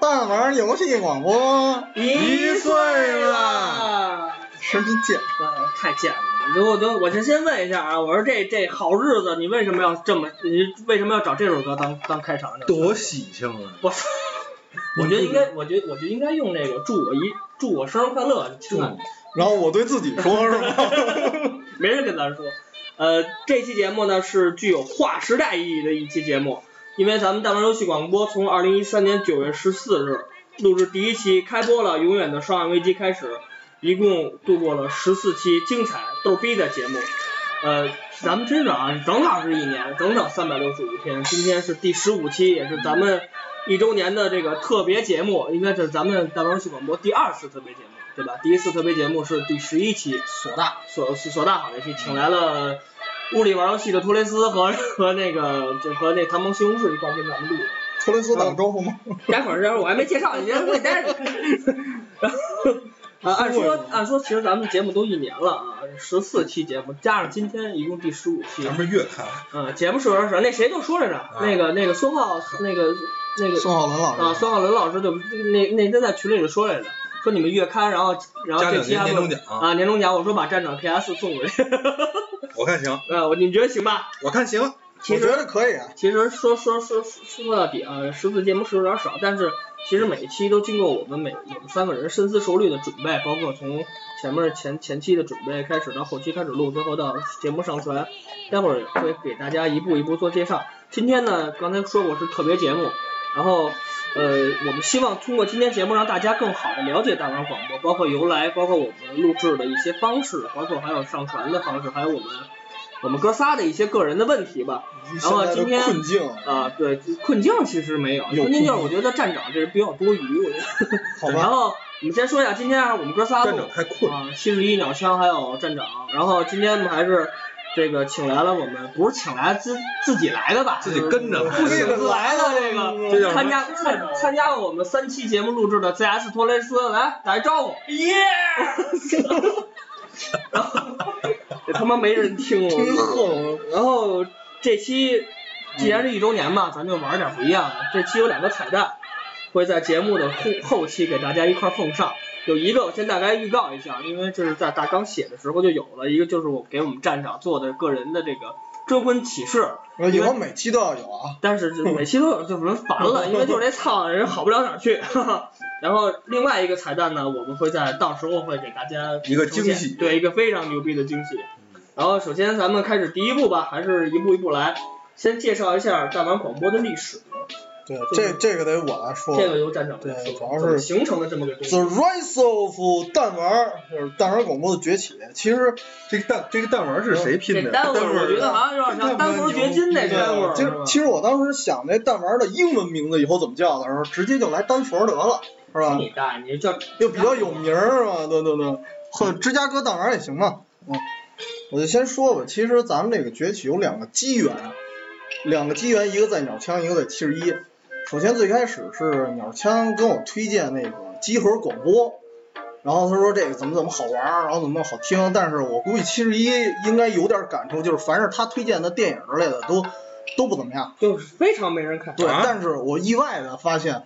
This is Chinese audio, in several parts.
看玩游戏广播，一岁了，是不是简哎太贱了！如果都，我先先问一下啊，我说这这好日子，你为什么要这么，你为什么要找这首歌当当开场呢？多喜庆啊！我操！我觉得应该，我觉得我就应该用那个“祝我一祝我生日快乐”，听看，然后我对自己说是吗？没人跟咱说。呃，这期节目呢是具有划时代意义的一期节目，因为咱们大玩游戏广播从二零一三年九月十四日录制第一期开播了，《永远的上岸危机》开始，一共度过了十四期精彩逗逼的节目。呃，咱们真的啊，正好是一年，整整三百六十五天。今天是第十五期，也是咱们一周年的这个特别节目，应该是咱们大玩游戏广播第二次特别节目，对吧？第一次特别节目是第十一期， 索大，索索大好那期，请来了屋里玩游戏的托雷斯和和那个就和那唐蒙西红柿一块儿跟咱们录的。托雷斯打过招呼吗？待会儿，待会儿我还没介绍，你先我给待着。 然后，啊，按说按说，其实咱们节目都一年了啊，十四期节目加上今天一共第十五期咱。们啊越看嗯，节目是是是，那谁就说来着，那个那个孙浩，那个那个宋浩伦老啊，师，孙浩伦老师就那那天在群里就说来着，说你们月刊，然后然后家这长期年还年不终奖，啊年终奖，我说把站长 PS 送 过去，我看行，呃，我你们觉得行吧？我看行，其我觉实得可以啊。其实说说说说到底啊，十次节目是有点少，但是其实每一期都经过我们每我们三个人深思熟虑的准备，包括从前面前前期的准备开始，到后期开始录，最后到节目上传，待会儿也会给大家一步一步做介绍。今天呢，刚才说过是特别节目，然后呃，我们希望通过今天节目让大家更好的了解大碗广播，包括由来，包括我们录制的一些方式，包括还有上传的方式，还有我们我们哥仨的一些个人的问题吧。然后今天现在的困境，啊，对，困境其实没有，有困境就是我觉得站长这比较多余，我觉得。好然吧，后我们先说一下今天啊我们哥仨站录长太困了，啊，七十一鸟枪还有站长，然后今天我们还是这个请来了我们不是请来自自己来的吧，自己跟着来不请自来了这个。这叫什参么？加参参加了我们三期节目录制的 ZS 托雷斯，来打一招呼。耶！ 这他妈没人听我。真啊横，然后这期既然是一周年嘛，咱就玩点不一样的。这期有两个彩蛋，会在节目的后后期给大家一块儿奉上。有一个我先大概预告一下，因为这是在大纲写的时候就有了。一个就是我给我们站长做的个人的这个征婚启事，以后每期都要有啊。但是这每期都有，就人烦了，因为就是这操人好不了哪儿去。 然后另外一个彩蛋呢，我们会在到时候会给大家一个惊喜呈现对一个非常牛逼的惊喜。嗯然后首先咱们开始第一步吧，还是一步一步来，先介绍一下大碗广播的历史，对，这这个得我来说。这个由站长对来说，主要是怎么形成的这么个东 The 西。 Rise of 弹丸儿，就是弹丸广播的崛起。其实这个蛋这个蛋丸是谁拼这的？单位我觉得好像有点像单位掘金那这单位对，其实其实我当时想那弹丸的英文名字以后怎么叫的时候，直接就来丹佛得了，是吧？你大爷，你叫又比较有名儿是吧？对对对，或者芝加哥大丸也行嘛。嗯，我就先说吧，其实咱们这个崛起有两个机缘，啊两个机缘，一个在鸟枪，一个在七十一。首先最开始是鸟枪跟我推荐那个集合广播，然后他说这个怎么怎么好玩儿，然后怎么好听，但是我估计七十一应该有点感触，就是凡是他推荐的电影之类的都都不怎么样。就是非常没人看。对，啊但是我意外的发现，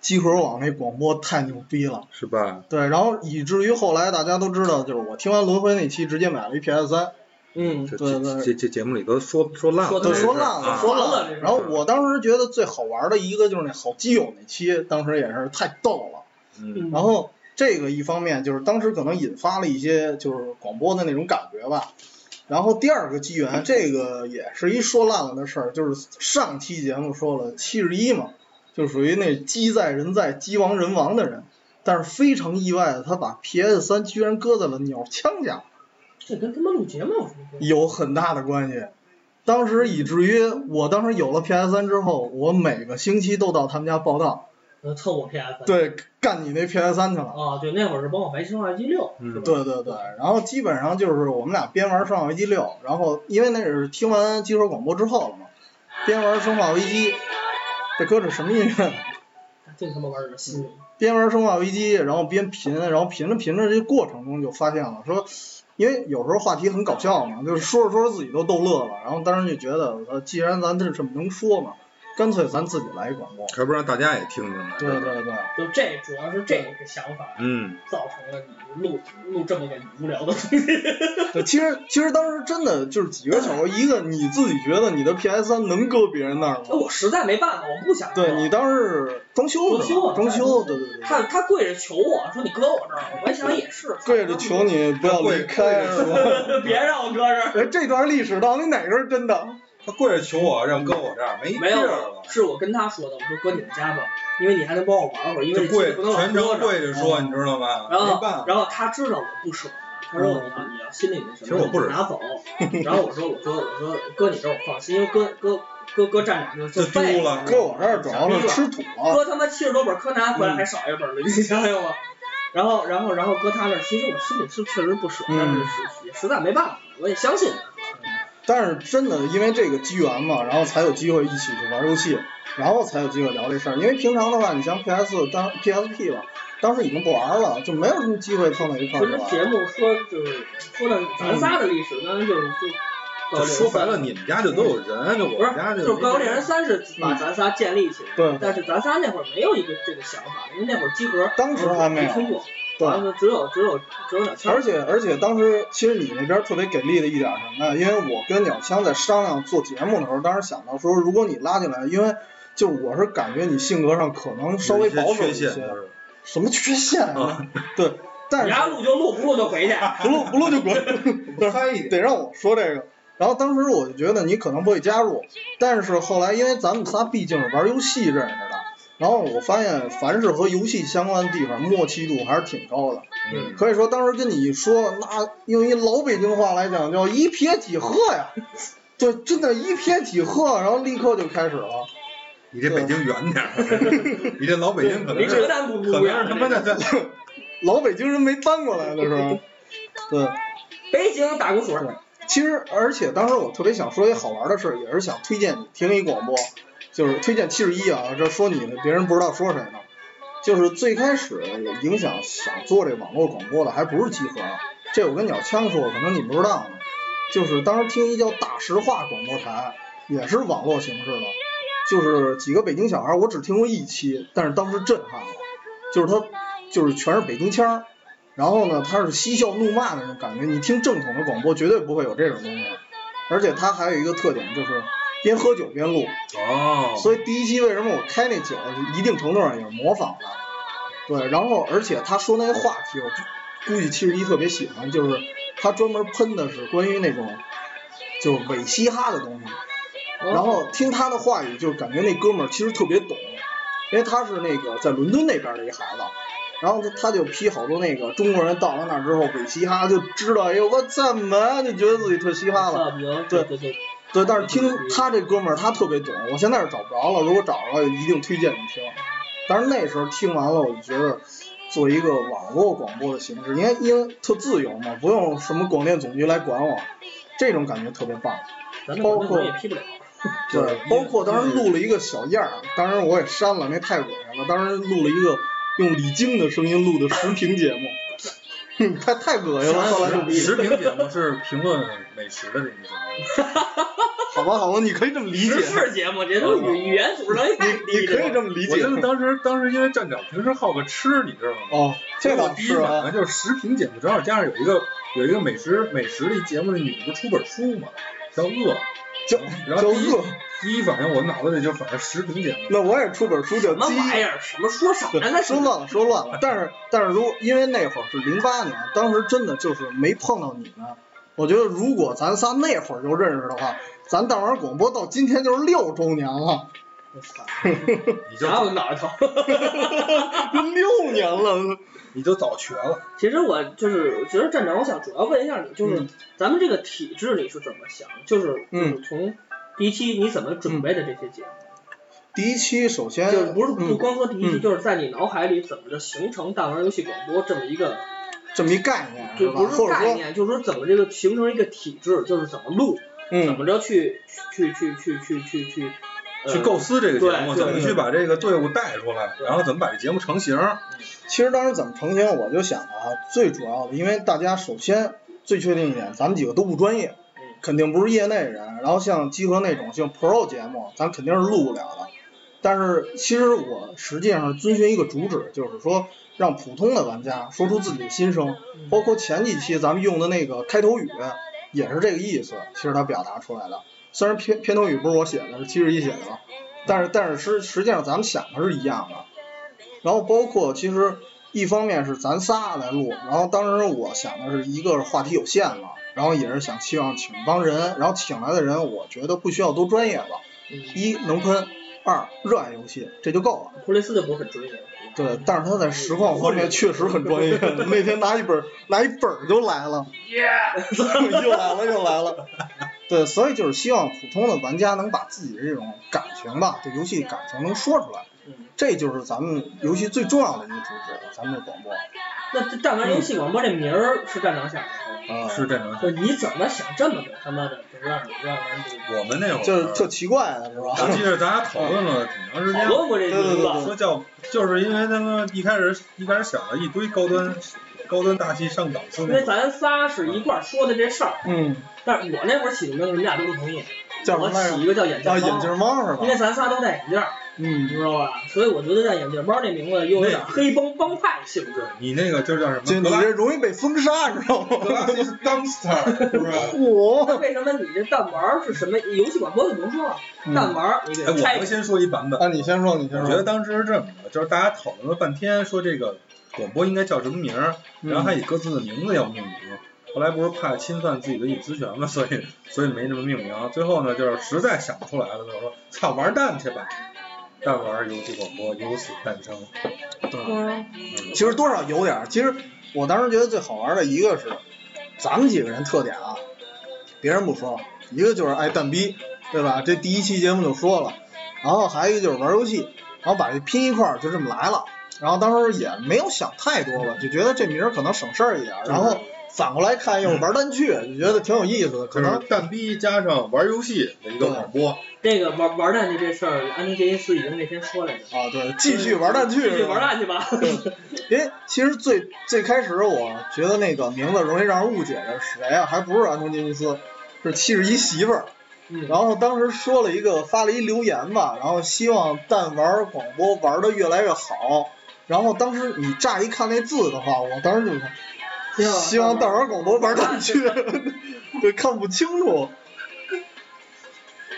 集合网那广播太牛逼了。是吧？对，然后以至于后来大家都知道，就是我听完轮回那期，直接买了一 PS 三，嗯，这对这对这这节目里都说说烂说了，都就这说事儿烂了，啊说完了烂这了。是然后我当时觉得最好玩的一个就是那好基友那期，当时也是太逗了。嗯，然后这个一方面就是当时可能引发了一些就是广播的那种感觉吧。然后第二个机缘，这个也是一说烂了的事儿，就是上期节目说了七十一嘛，就属于那鸡在人在鸡亡人亡的人，但是非常意外的，他把 PS 三居然搁在了鸟枪家，这跟他妈录节目有什么关系？有很大的关系。当时以至于我当时有了 PS 三之后，我每个星期都到他们家报道，呃凑我 PS。对，干你那 PS 三去了。啊，对，那会儿是帮我白生二七六，嗯是吧？对对对，然后基本上就是我们俩边玩《生化危机六》，然后因为那是听完集合广播之后了嘛，边玩《生化危机》，这搁着什么音乐？净他妈玩儿点新的。边玩《生化危机》，然后边贫，然后贫着贫着这过程中就发现了，说，因为有时候话题很搞笑嘛，就是说着说着自己都逗乐了，然后当时就觉得，呃，既然咱这这么能说嘛，干脆咱自己来一广播。还不让大家也听听呢。对对对，就这主要是这个想法嗯，造成了你录录这么个无聊的东西。对，其实其实当时真的就是几个想法，一个你自己觉得你的 PS 三能搁别人那儿那吗？哎我实在没办法，我不想对弄你当时装修是吧？装装修，修对对对。他他跪着求我说你搁我这儿，我一想也是，跪着求你不要离开是吧？ 别让我搁这儿。 哎，这段历史到底哪个是真的？他跪着求我，让搁我这儿，没没地儿有了，，是我跟他说的，我说搁你们家吧，因为你还能帮我玩会儿，因为就这机跪器不能老全搁程着。跪着说，你知道吧？然没后办法，然后他知道我不舍，他说你要嗯你要心里那什么，其实我不舍拿 走。然后我说我说我说搁你这儿我放心，因为搁搁搁搁站长就就废了丢搁了我这儿主要是吃土啊。搁他妈七十多本柯南回来还少一本呢，你想想吧。然后，然后，然后搁他那儿，其实我心里是确实不舍，嗯但是是也实在没办法，我也相信他。但是真的因为这个机缘嘛，然后才有机会一起去玩游戏，然后才有机会聊这事儿。因为平常的话，你像 PS 当 PSP 吧，当时已经不玩了，就没有什么机会碰到一块儿其去实玩。节目说就是说的咱仨的历史，当然就是就就说白了，你们家就都有人，就我不是们家，就是《高没桥猎人三》是把咱仨建立起来，嗯对但是咱仨那会儿没有一个这个想法，因为那会儿集合嗯当时还没有听过，对完了只有只有只有两千，而且而且当时其实你那边特别给力的一点是什么呢？因为我跟鸟枪在商量做节目的时候，当时想到说，如果你拉进来，因为就我是感觉你性格上可能稍微有一些保守一缺陷些，就是什么缺陷啊？对，但你是丫录就录，不录就回去。不录不录就滚，不嗨一点。得让我说这个。然后当时我就觉得你可能不会加入，但是后来因为咱们仨毕竟是玩游戏认识的，然后我发现凡是和游戏相关的地方，默契度还是挺高的。嗯，可以说当时跟你一说，那用一老北京话来讲叫一瞥即合呀，就真的一瞥即合，然后立刻就开始了。 你这北京远点 儿，你这老北京可能离是扯淡不可不能远是他妈的，老北京人没搬过来的时候，对，北京打鼓水，其实而且当时我特别想说一好玩的事儿，也是想推荐你听一广播，就是推荐七十一啊，这说你呢，别人不知道说谁呢。就是最开始影响想做这网络广播的，还不是集合，啊这我跟鸟枪说，可能你不知道呢。就是当时听一叫大实话广播台，也是网络形式的，就是几个北京小孩，我只听过一期，但是当时震撼了，就是他就是全是北京腔儿，然后呢，他是嬉笑怒骂的那种感觉，你听正统的广播绝对不会有这种东西，而且他还有一个特点就是边喝酒边录，哦，所以第一期为什么我开那酒，一定程度上也是模仿的。对，然后而且他说那个话题，我就估计七十一特别喜欢，就是他专门喷的是关于那种就伪嘻哈的东西。哦然后嗯听他的话语，就感觉那哥们儿其实特别懂，因为他是那个在伦敦那边的一孩子，然后他他就批好多那个中国人到了那儿之后伪嘻哈，就知道哎呦我怎么就觉得自己特嘻哈了。啊，有对对对，对，但是听他这哥们儿，他特别懂，我现在是找不着了，如果找着了，一定推荐你听。但是那时候听完了，我就觉得做一个网络广播的形式，因为因为特自由嘛，不用什么广电总局来管我，这种感觉特别棒。咱们广东也批不了。对，包括当时录了一个小样儿，啊当时我也删了，那太恶心了。当时录了一个用李菁的声音录的时评节目，哼太太恶心了。后来就不食评节目是评论美食的这 一种，好吧，好吧，你可以这么理解时，事节目，这都语语言组成你你可以这么理我解觉。得当时当时因为站长平时好个吃，你知道吗？哦，这我倒第一是反啊，应就是食品节目，正好加上有一个有一个美食美食类节目的女的不是出本书嘛，叫饿，叫然叫后第一饿。第一反应我脑子里就反正食品节目，那我也出本书叫什《么鸡》，玩意儿？什么说什么呢？说乱了，说乱了。但是但是如果因为那会儿是零八年，当时真的就是没碰到你们。我觉得如果咱仨那会儿就认识的话，咱大玩广播到今天就是六周年了，你就然后脑袋疼。都六年了。你就早瘸了，其实我就是，其实站长，我想主要问一下你，就是嗯咱们这个体制你是怎么想？就是就嗯是从第一期你怎么准备的这些节目？第一期首先就是不是嗯不光说第一期，嗯就是在你脑海里怎么着形成大玩游戏广播这么一个，这么一概念是就吧？不是或者概说念，就是说怎么这个形成一个体制，就是怎么录，怎嗯么着去去去去去去去呃去构思这个节目，对怎么对去把这个队伍带出来，对然后怎么把这节目成型，其实当时怎么成型，我就想啊，最主要的，因为大家首先最确定一点，咱们几个都不专业嗯，肯定不是业内人。然后像集合那种像 Pro 节目，咱肯定是录不了的。但是其实我实际上遵循一个主旨，就是说让普通的玩家说出自己的心声，包括前几期咱们用的那个开头语也是这个意思，其实它表达出来的。虽然片片头语不是我写的，是七十一写的吧，但是但是实实际上咱们想的是一样的。然后包括其实一方面是咱仨来录，然后当时我想的是一个是话题有限嘛，然后也是想期望请一帮人，然后请来的人我觉得不需要多专业吧，嗯一能喷，二热爱游戏这就够了。普雷斯就不是很专业，对，但是他在实况方面确实很专业。那天拿一本拿一本儿就来了，又来了又来了。对，所以就是希望普通的玩家能把自己的这种感情吧，对游戏感情能说出来嗯，这就是咱们游戏最重要的一个主旨。咱们的广播，那这战狼游戏广播这名儿是站长想的，啊，是这种。就你怎么想这么个他妈的不让不让人读？我们那会儿就是特奇怪的是我记吧？得大家讨论了挺长时讨间，论过这名字吧？说叫就是因为他们一开始一开始想了一堆高端高端大气上档次因那为种，咱仨是一块儿说的这事儿，嗯，但是我那会儿起的名字你们俩都不同意，叫我什么来起着？一个叫眼镜啊，猫，眼镜猫是因为吧？咱仨都戴眼镜儿，你嗯，知道吧？所以我觉得叫眼镜猫这名字又有点黑帮帮派性质。 你那个就是叫什么？哎就你这容易被封杀，你知道吗？格拉西斯 dumpster 是不是？我那，为什么你这弹丸儿是什么？游戏广播就不用说了，啊弹嗯丸儿你给哎，我拆能先说一版本。啊，你先说，你先我说。觉得当时是这么的，就是大家讨论了半天，说这个广播应该叫什么名儿，然后还以各自的名字要命名。后来不是怕侵犯自己的隐私权嘛，所以所以没这么命名。最后呢，就是实在想不出来了，就说操玩蛋去吧，蛋玩游戏广播由此诞生。嗯其实多少有点儿。其实我当时觉得最好玩的一个是，咱们几个人特点啊，别人不说，一个就是爱蛋逼，对吧？这第一期节目就说了，然后还有一个就是玩游戏，然后把这拼一块儿就这么来了。然后当时也没有想太多吧，就觉得这名儿可能省事儿一点儿。然后反过来看又是玩单去，就觉得挺有意思的。可可能能蛋逼加上玩游戏的一个广播，这个玩玩蛋这这事儿，安东杰尼斯已经那天说来着。啊，对，继续玩蛋去，嗯继续玩蛋去吧。因为其实最最开始我觉得那个名字容易让人误解的是谁啊？还不是安东尼尼斯，是七十一媳妇儿。 嗯，然后当时说了一个发了一留言吧，然后希望蛋玩广播玩的越来越好。然后当时你乍一看那字的话，我当时就想，希望蛋玩广播玩蛋去， 对，看不清楚。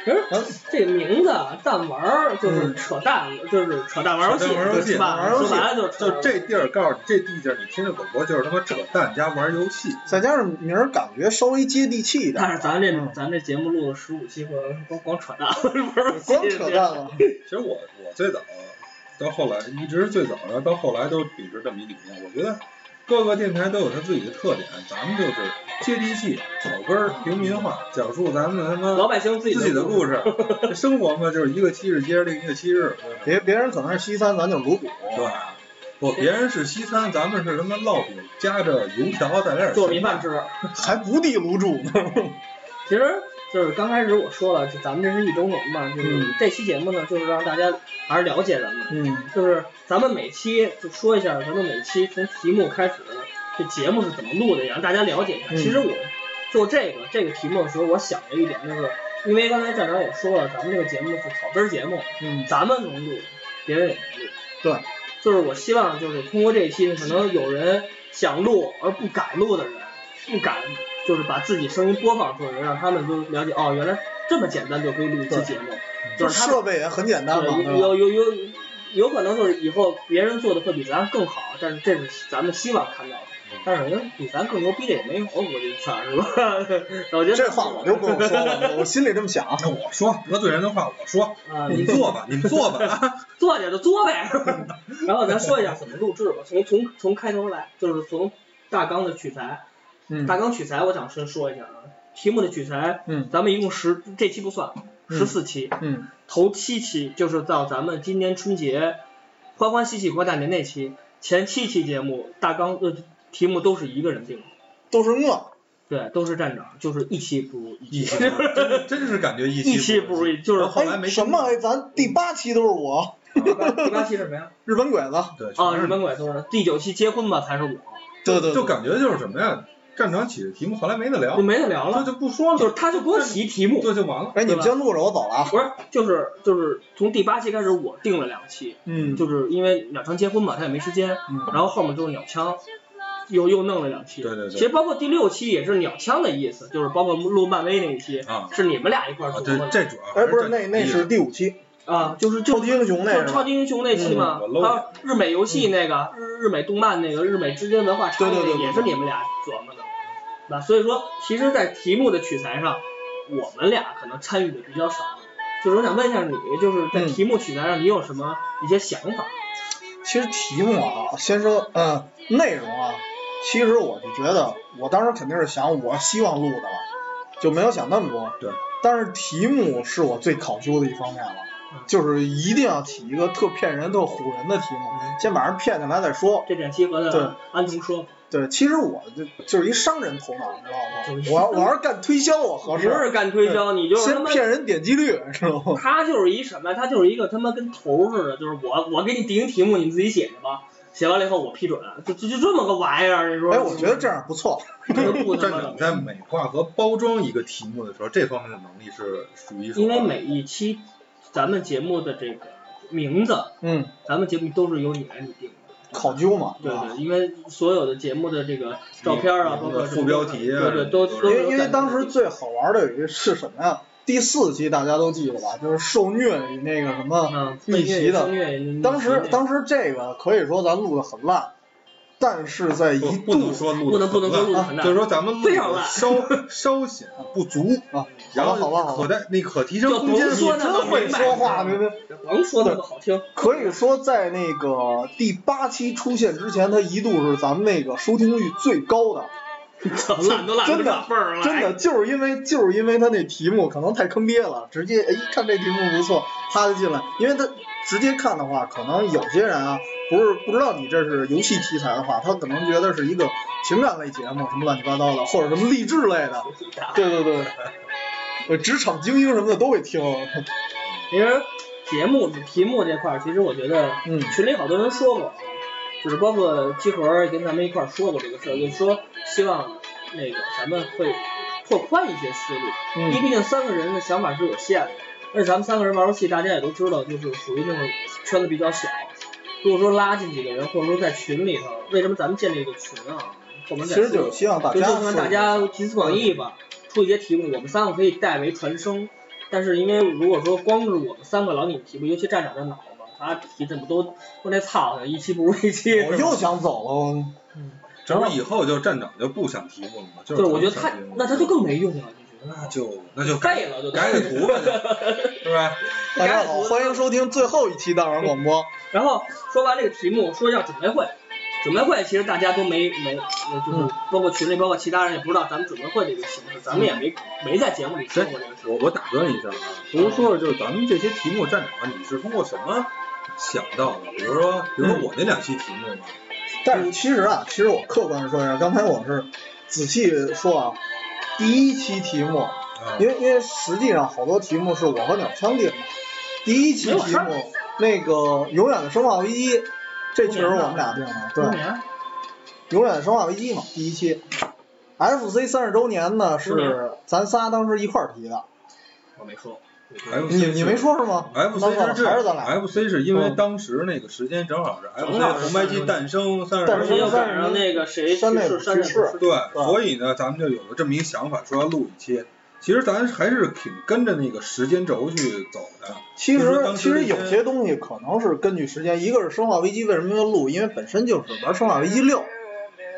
人呃这名字啊蛋玩儿就是扯淡，就是扯淡玩儿游戏，嗯扯淡玩儿游戏是吧？玩儿游戏说白了就是就这地儿告诉你，这地界儿你听着广播就是他妈扯淡加玩游戏。再加上名儿感觉稍微接地气一点但儿，是咱这嗯咱这节目录了十五期，可能光光扯淡， 玩儿游戏光扯淡了。其实我我最早到后来一直最早，然后到后来都秉持这么一理念。我觉得各个电台都有它自己的特点，咱们就是接地气、草根儿、平民化，讲述咱们他妈老百姓自己自己的故事。故事。这生活嘛，就是一个七日接着另一个七日。对吧别别人可能是西餐，咱就是卤骨。对，不，别人是西餐，咱们是他妈烙饼夹着油条，再来点做米饭。吃，还不地卤煮呢。 其实就是刚开始我说了，就咱们这是一周年嘛，嗯就是这期节目呢，就是让大家还是了解咱们，嗯，就是咱们每期就说一下，咱们每期从题目开始，这节目是怎么录的，也让大家了解一下。嗯其实我做这个这个题目的时候，我想了一点，就是因为刚才站长也说了，咱们这个节目是草根儿节目，嗯，咱们能录，别人也能录。对，就是我希望就是通过这一期，可能有人想录而不敢录的人，不敢就是把自己声音播放出来的人，让他们都了解哦，原来这么简单就可以录一期对节目，就就是他们设备也很简单嘛，对，对吧有有有有有可能就是以后别人做的会比咱更好，但是这是咱们希望看到的。嗯但是人比咱更牛逼的也没有，我觉得算是吧。我觉得这话我就不用说了，我心里这么想。 那我说得罪人的话，我说，啊，你你们做吧，你们做吧啊！坐下就坐呗。嗯 然后咱说一下怎么录制吧，从从从开头来，就是从大纲的取材，嗯大纲取材我想先说一下啊，题目的取材，嗯，咱们一共十，这期不算，嗯十四期，嗯，头七期就是到咱们今年春节欢欢喜喜过大年那期，前七期节目大纲呃题目都是一个人定的，都是我，对，都是站长，就是一期不如一一期期，不如啊真真是感觉一一期不如一，就是后来没哎什么？哎咱第八期都是我，第八第八期是什么 呀？日本鬼子。对啊啊，日本鬼都是第九期结婚吧才是我，对对，就对感觉就是什么呀？战场起的题目，后来没得聊就，没得聊这了，就不说就了，是他就给我起题目，这就完了。哎，你们对吧先录着，我走了啊。不是，就是就是从第八期开始，我定了两期，嗯，就是因为鸟枪结婚嘛，他也没时间，嗯然后后面就是鸟枪，又又弄了两期。对对对其实包括第六期也是鸟枪的意思，就是包括录漫威那一期，啊是你们俩一块儿啊，录对的，这主要还哎，不是，战那那是第五期，啊，就是就超级英雄那就是超吧？级英雄那期嘛，嗯我搂还有日美游戏那个、日日美动漫那个日美之间文化差异嗯对对对对也是你们俩琢磨的，对吧？所以说，其实，在题目的取材上，我们俩可能参与的比较少。就是我想问一下你，就是在嗯题目取材上，你有什么一些想法？其实题目啊，先说嗯内容啊，其实我就觉得我当时肯定是想我希望录的了，就没有想那么多。对。但是题目是我最考究的一方面了，嗯就是一定要起一个特骗人、特唬人的题目，先把人骗进来再说。这点契合嗯对的安童说，对，其实我就就是一商人头脑，你知道就吗？是我要我要是干推销，我合不适。是干推销，你就是他先妈。骗人点击率，知道吗？他就是一什么？他就是一个他妈跟头似的，就是我我给你定题目，你们自己写去吧，写完了以后我批准，就就就这么个玩意儿，你说？哎，我觉得这样不错。这不他战妈的场在美化和包装一个题目的时候，这方面的能力是属于因为每一期咱们节目的这个名字，嗯，咱们节目都是由你来拟定的。考究嘛，对吧？对，因为所有的节目的这个照片啊，包括什么副标题啊对对，都都因因是为因有为感觉当时的最好玩的有一个是什么呀？第四期大家都记得吧？就是受虐与那个什么，嗯，逆袭啊的声乐当时当时这个可以说咱录的很烂，但是在一不不能度说录不能不能说录啊的很烂，就是说咱们录非常的烂稍稍显不足，啊，好然了后好了好可了，在那可提升就空间不是说你呢真会说话，对不对？甭说那么好 听，可以说在那个第八期出现之前，它一度是咱们那个收听率最高的，懒都懒真出的这份儿来，真的就是因为就是因为他那题目可能太坑爹了，直接哎一看这题目不错，啪就进来。因为他直接看的话，可能有些人啊不是不知道你这是游戏题材的话，他可能觉得是一个情感类节目，什么乱七八糟的，或者什么励志类的。哎对对对，呃，职场精英什么的都会听。其实节目题目这块儿，其实我觉得嗯群里好多人说过，就是包括集合儿也跟咱们一块儿说过这个事儿，就是说希望那个咱们会拓宽一些思路，因为嗯毕竟三个人的想法是有限的。而且咱们三个人玩游戏，大家也都知道，就是属于那种圈子比较小。如果说拉进几个人，或者说在群里头，为什么咱们建立一个群啊？后面其再实说就是希望大就家是大家集思广益吧，出一些题目，我们三个可以代为传声。但是因为如果说光是我们三个老拟题目，尤其站长这脑子，他题怎么都都那操的，一期不如一期。我又想走了，这不是以后就站长就不想提目了吗？嗯就是嗯是我觉得咱太们想提目，那他就更没用了，就觉那得就那就废了就改改图吧，是吧？大家好，欢迎收听最后一期《大碗广播》。然后说完这个题目，说要准备会，准备会其实大家都没没，呃就是包括群里，包括其他人也不知道咱们准备会这个形式，咱们也没没在节目里说过这个事。我我打断一下啊，不如说说就是咱们这些题目站长，你是通过什么想到的？比如说，比如说我那两期题目嘛，但是其实啊，其实我客观说一下，刚才我是仔细说啊，第一期题目，啊，因为因为实际上好多题目是我和鸟枪定的，第一期题没有事目那个《永远的生化危机》，这题儿我们俩定的，对，过《年永远的生化危机》嘛，第一期。FC 三十周年呢嗯是咱仨当时一块儿提的，我没说，你你没说是吗？嗯 F 那 C 算了是这还是咱俩。嗯 f C 是因为当时那个时间正好是 F 正好 C 是红白机诞生三十诞而周且生又年，赶上那个谁去山内世，不山去内世不对，对所以呢，咱们就有了这么一个想法，说要录一期。其实咱还是挺跟着那个时间轴去走的，其就是说实当其时实那有些些东西可能是根据时间，一个是《生化危机》为什么要录，因为本身就是玩《生化危机六》，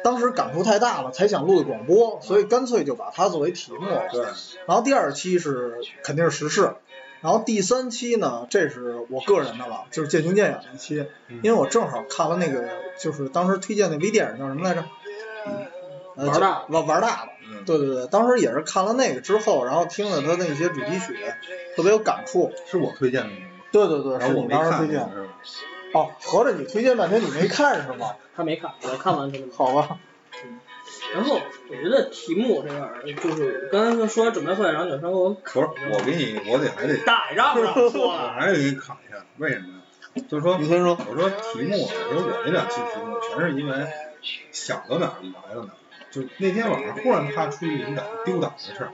当时感触太大了，才想录的广播，所以干脆就把它作为题目。对，然后第二期是肯定是时事，然后第三期呢，这是我个人的了，就是渐行渐远那期，嗯因为我正好看了那个，就是当时推荐那微电影叫什么来着？呃玩就大玩玩大了。嗯，对对对，当时也是看了那个之后，然后听了他那些主题曲，特别有感触。是我推荐的吗，对对对，然是后我你没当时看推荐那的。个是吧，哦，合着你推荐半天你没看是 吗？他没看，我看完他就没看。好 吧，然后我觉得题目这玩意儿，就是刚才就说完准备会，然后鸟山给我不是，我给你，我得还得打也让不 让说我了？还得给你卡一下，为什么呀？就是说，你先说。我说题目，我说我那两期题目全是因为想到哪儿来到哪儿，就那天晚上忽然他出一灵感，丢档的事儿。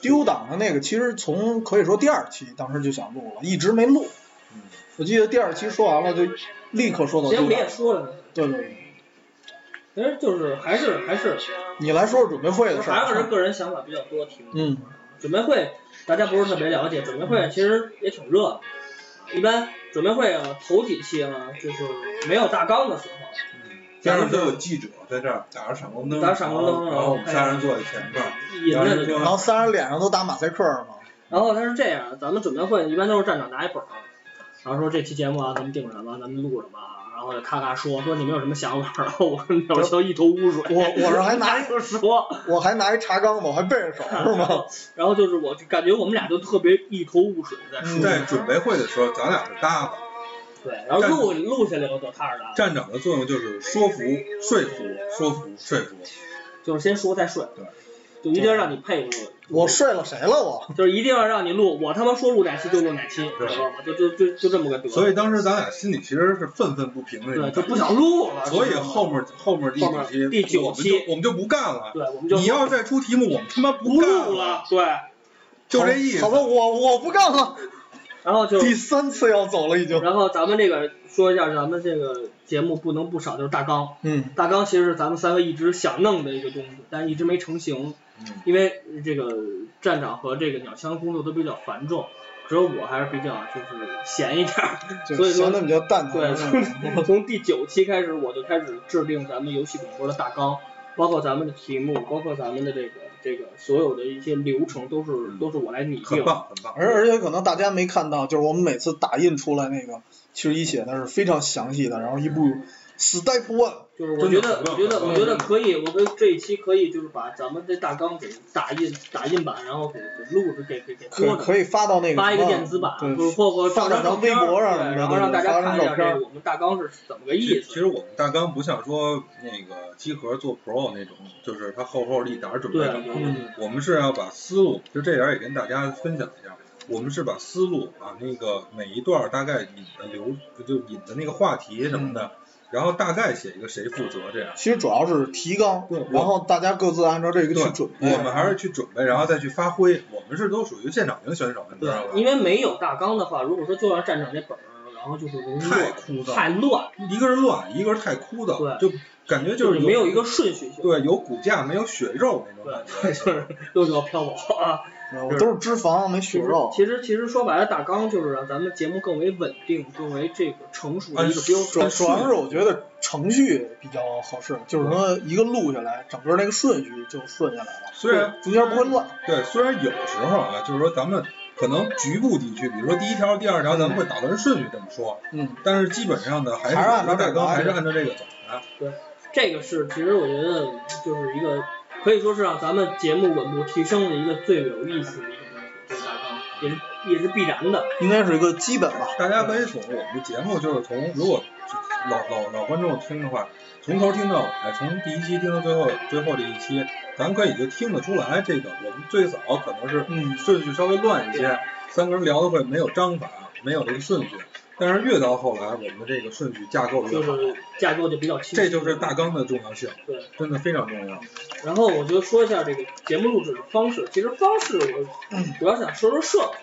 丢档的那个，其实从可以说第二期当时就想录了，一直没录。嗯，我记得第二期说完了就立刻说到节丢目里档也。说了，对对对，其实就是还是还是你来说说准备会的事韩国人儿。个人想法比较多，挺嗯，准备会大家不是特别了解，准备会其实也挺热的。一般准备会啊，头几期啊，就是没有大纲的时候，加上都有记者在这儿打着闪光灯，打着闪光灯然后我们仨人坐在前面，引然后着就然后三人脸上都打马赛克了嘛。然后他是这样，咱们准备会一般都是站长拿一本儿，然后说这期节目啊，咱们定什么，咱们录什么，然后就咔咔说说你们有什么想法，然后我跟鸟球一头雾水。我我是还拿一就 说，我还拿一茶缸子，我还背着手是然吗？后然后就是我就感觉我们俩就特别一头雾水在说，嗯在准备会的时候，咱俩是搭档。对，然后录录下来我就踏实了，站长的作用就是说服、说服、说服、说服。就是先说再睡对，就一定要让你佩服，我睡了谁了我？就是一定要让你录，我他妈说录哪期就录哪期，对知道吗？就就就就这么个德行，所以当时咱俩心里其实是愤愤不平对的，就不想录了，所以知道吗后面后面第后面几期第九我们就期我们就不干了。对我们就你要再出题目，我们他妈不干录了，，对，就这意思好。吧，我我不干了，然后就第三次要走了已经。然后咱们这个说一下，咱们这个节目不能不少就是大纲。嗯，大纲其实是咱们三个一直想弄的一个东西，但是一直没成型，嗯因为这个站长和这个鸟枪工作都比较繁重，只有我还是比较就是闲一点儿。就所以说闲的比较淡对淡。， 从从第九期开始，我就开始制定咱们游戏广播的大纲，包括咱们的题目，包括咱们的这个这个所有的一些流程，都是都是我来拟定很。棒，很棒。而而且可能大家没看到，就是我们每次打印出来那个，其实一写的是非常详细的，然后一步 step one，就是我觉得，真的我觉得，很棒我觉得可以，我跟这一期可以就是把咱们这大纲给打印打印版，然后给给录制，给给给可播出来。可以发到那个发一个什么电子版，对或或或发张到照片儿微博上对什么的然后让大家看一下发张照片这儿个我们大纲是怎么个意其其思。实我们大纲不像说那个机核做 Pro 那种，就是他厚厚一沓儿准备对，的。嗯我们是要把思路，就这点儿也跟大家分享一下。我们是把思路，把那个每一段儿大概引的流，就引的那个话题什么的，嗯然后大概写一个谁负责这样。其实主要是提纲对，然后大家各自按照这个对去准备。我们还是去准备，然后再去发挥。我们是都属于现场型选手，你知对道，因吧？为没有大纲的话，如果说就按站长这本儿，然后就是容易太枯燥，太乱，一个是乱，一个是太枯燥，就感觉就是是没有一个顺序性。对有骨架没有血肉那种感对，觉。就是 又要飘走啊。我都 是脂肪没血肉。其实其实说白了，大纲就是让咱们节目更为稳定，更为这个成熟的嗯一个标主准。要主要是我觉得程序比较合适，就是说一个录下来，整个那个顺序就顺下来了，虽然中间不会乱。对，虽然有时候啊，就是说咱们可能局部地区，比如说第一条、第二条，咱们会打乱顺序这么说，嗯，但是基本上呢，还是还是按照这大个纲还是按照这个走的。这个是其实我觉得就是一个可以说是让咱们节目稳步提升的一个最有意思的一个东西，这个大纲也是也是必然的。应该是一个基本吧。大家可以从我们的节目，就是从如果老老老观众听的话，从头听到尾，哎从第一期听到最后最后这一期，咱可以就听得出来，这个我们最早可能是嗯，顺序稍微乱一些，三个人聊的会没有章法，没有这个顺序。但是越到后来，我们的这个顺序架构越就好，是架构就比较清晰，这就是大纲的重要性，对。真的非常重要。然后我就说一下这个节目录制的方式，其实方式我嗯主要想说说设备，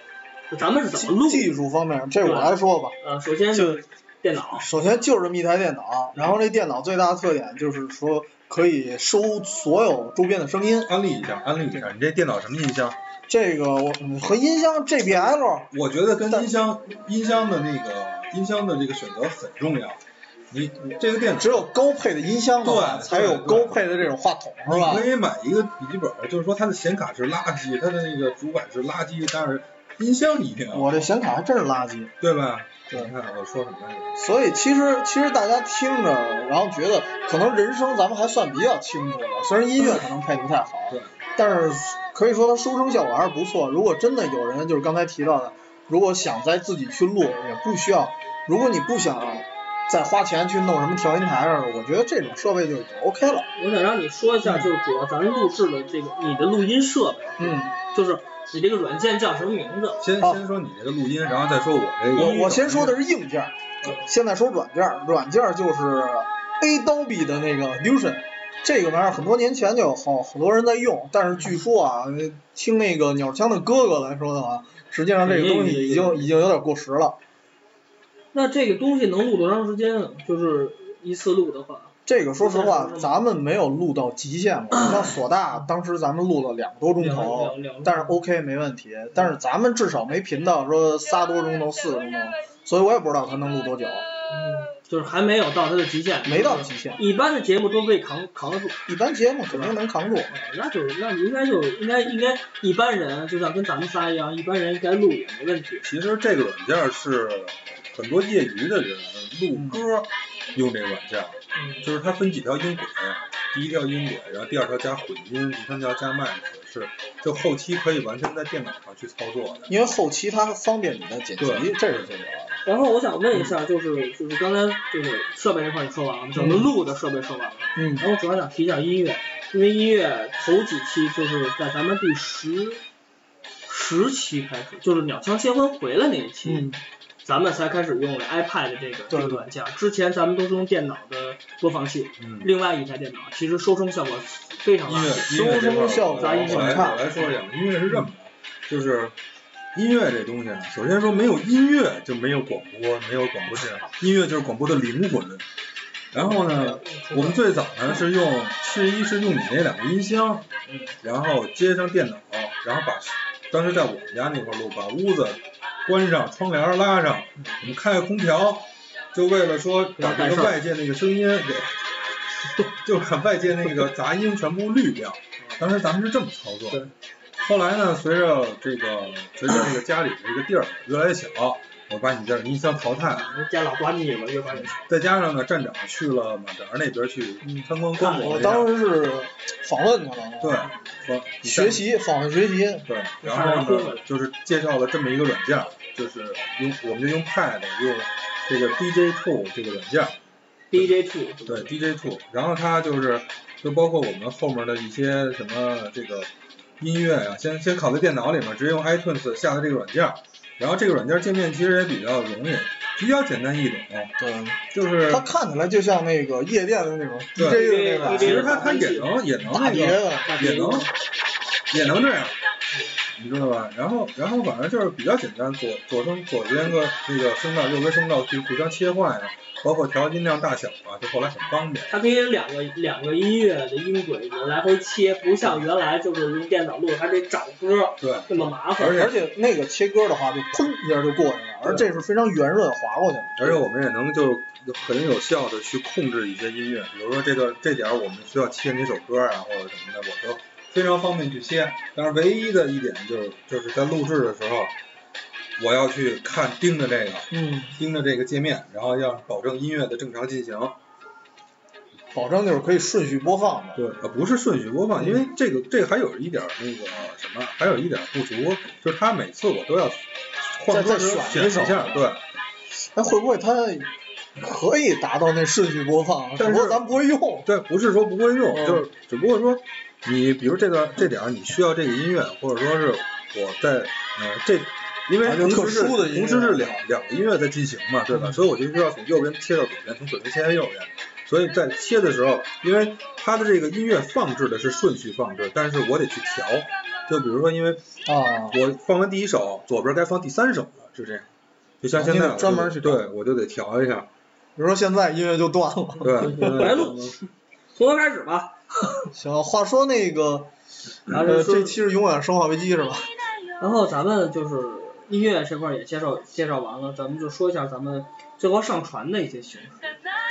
就咱们是怎么录的？技术方面，这我来说吧。呃，首先就是电脑，首先就是这么一台电脑，然后这电脑最大的特点就是说可以收所有周边的声音。安利一下，安利一下，你这电脑什么音箱？这个我嗯和音箱 JBL，我觉得跟音箱音箱的那个音箱的这个选择很重要。你你这个电脑只有高配的音箱的话，对才有高配的这种话筒，是吧你？可以买一个笔记本，就是说它的显卡是垃圾，它的那个主板是垃圾，但是音箱你一定要，我这显卡还真是垃圾。对吧？对你看我说什么来着？所以其实其实大家听着，然后觉得可能人声咱们还算比较清楚的，虽然音乐可能配不太好，对，但是可以说它收声效果还是不错。如果真的有人就是刚才提到的，如果想再自己去录，也不需要，如果你不想再花钱去弄什么调音台啊，我觉得这种设备就已经 OK 了。我想让你说一下，就是主要咱录制的这个你的录音设备，嗯，就是你这个软件叫什么名字？先哦先说你这个录音，然后再说我这个。我我先说的是硬呃件，现在说软件，软件就是 Adobe 的那个 Audition，这个玩意儿很多年前就有好好多人在用，但是据说啊，听那个鸟枪的哥哥来说的话，实际上这个东西已经已经有点过时了。那这个东西能录多长时间啊？就是一次录的话，这个说实话，咱们没有录到极限过。像索大 当时咱们录了两个多钟两头，两两，但是 OK 没问题。但是咱们至少没频到说仨多钟头、四个钟头，所以我也不知道它能录多久，嗯就是还没有到它的极限，没到极限。嗯一般的节目都可以扛扛得住，一般节目肯定能扛住。哎那就是那应该就是应该应该一般人就像跟咱们仨一样，一般人该录也没问题。其实这个软件是很多业余的人录嗯歌用这个软件，嗯，就是它分几条音轨，第一条音轨，然后第二条加混音，第三条加麦克，是就后期可以完全在电脑上去操作的。因为后期它方便你的剪辑对，这是最主要的。然后我想问一下，就是就是刚才这个设备这块儿你说完了，整个录的设备说完了，嗯然后我主要想提一下音乐，因为音乐头几期就是在咱们第十十期开始，就是鸟枪先婚回来那一期，嗯，咱们才开始用了 iPad 这个这对个软件，之前咱们都是用电脑的播放器，嗯，另外一台电脑，其实收声效果非常音垃乐圾。音乐这块儿，我杂音来很我差来说一下，音乐是这么的，就是音乐这东西啊，首先说没有音乐就没有广播，没有广播电台，音乐就是广播的灵魂。然后呢，我们最早呢是用是一是用你那两个音箱，然后接上电脑，然后把当时在我们家那块儿录，把屋子关上，窗帘拉上，我们开个空调，就为了说把这个外界那个声音给， 就把外界那个杂音全部滤掉。当时咱们是这么操作的。后来呢，随着这个随着这个家里的这个地儿越来越小，我把你这音箱淘汰了。人家老管你了，越管越再加上呢，站长去了马扎那边去参观观摩我一下，当时是访问去了，啊对，说你学站习访问学习，对，然后呢，就是介绍了这么一个软件，就是用我们就用 Pad 用这个 DJ Two 这个软件， DJ Two，对 DJ Two，然后它就是就包括我们后面的一些什么这个音乐啊，先先拷在电脑里面，直接用 iTunes 下的这个软件，然后这个软件界面其实也比较容易，比较简单易懂，对，就是它看起来就像那个夜店的那种 DJ 对嗯的那种其 DJ 实它它也能也能大啊那碟个的，也能也能这样，你知道吧？然后然后反正就是比较简单，左左声左边个那个声道，右边声道去互相切换呀、包括调音量大小啊，就后来很方便。它可以两个两个音乐的音轨来回切，不像原来就是用电脑录还得找歌对，那么麻烦。而且而且那个切歌的话就砰一下就过去了，而这是非常圆润滑过去的。而且我们也能就很有效的去控制一些音乐，比如说这段这点儿我们需要切哪首歌啊，或者什么的，我就非常方便去切。但是唯一的一点就是，就是在录制的时候，我要去看盯着这个嗯，盯着这个界面，然后要保证音乐的正常进行。保证就是可以顺序播放的。对，呃，不是顺序播放，因为这个这个还有一点儿那个什么，还有一点儿不足，就是他每次我都要再换歌再的时候选一选首一下，对，哎，会不会它可以达到那顺序播放？只但是不过咱不会用。对，不是说不会用，嗯就是只不过说你比如这段这点儿你需要这个音乐，或者说是我在呃这。因为啊就特同时是殊的音乐嗯同时是两两个音乐在进行嘛，对吧？所以我就需要从右边切到左边，从左边切到右边。所以在切的时候，因为它的这个音乐放置的是顺序放置，但是我得去调。就比如说，因为啊，我放完第一首，左边该放第三首了，是这样。就像现在啊你得专门去对我就得调一下，比如说现在音乐就断了。对，哦来录从头开始吧，行，话说那个，然后呃，说这期是永远生化危机是吧？然后咱们就是音乐这块儿也介绍介绍完了，咱们就说一下咱们最后上传的一些形式。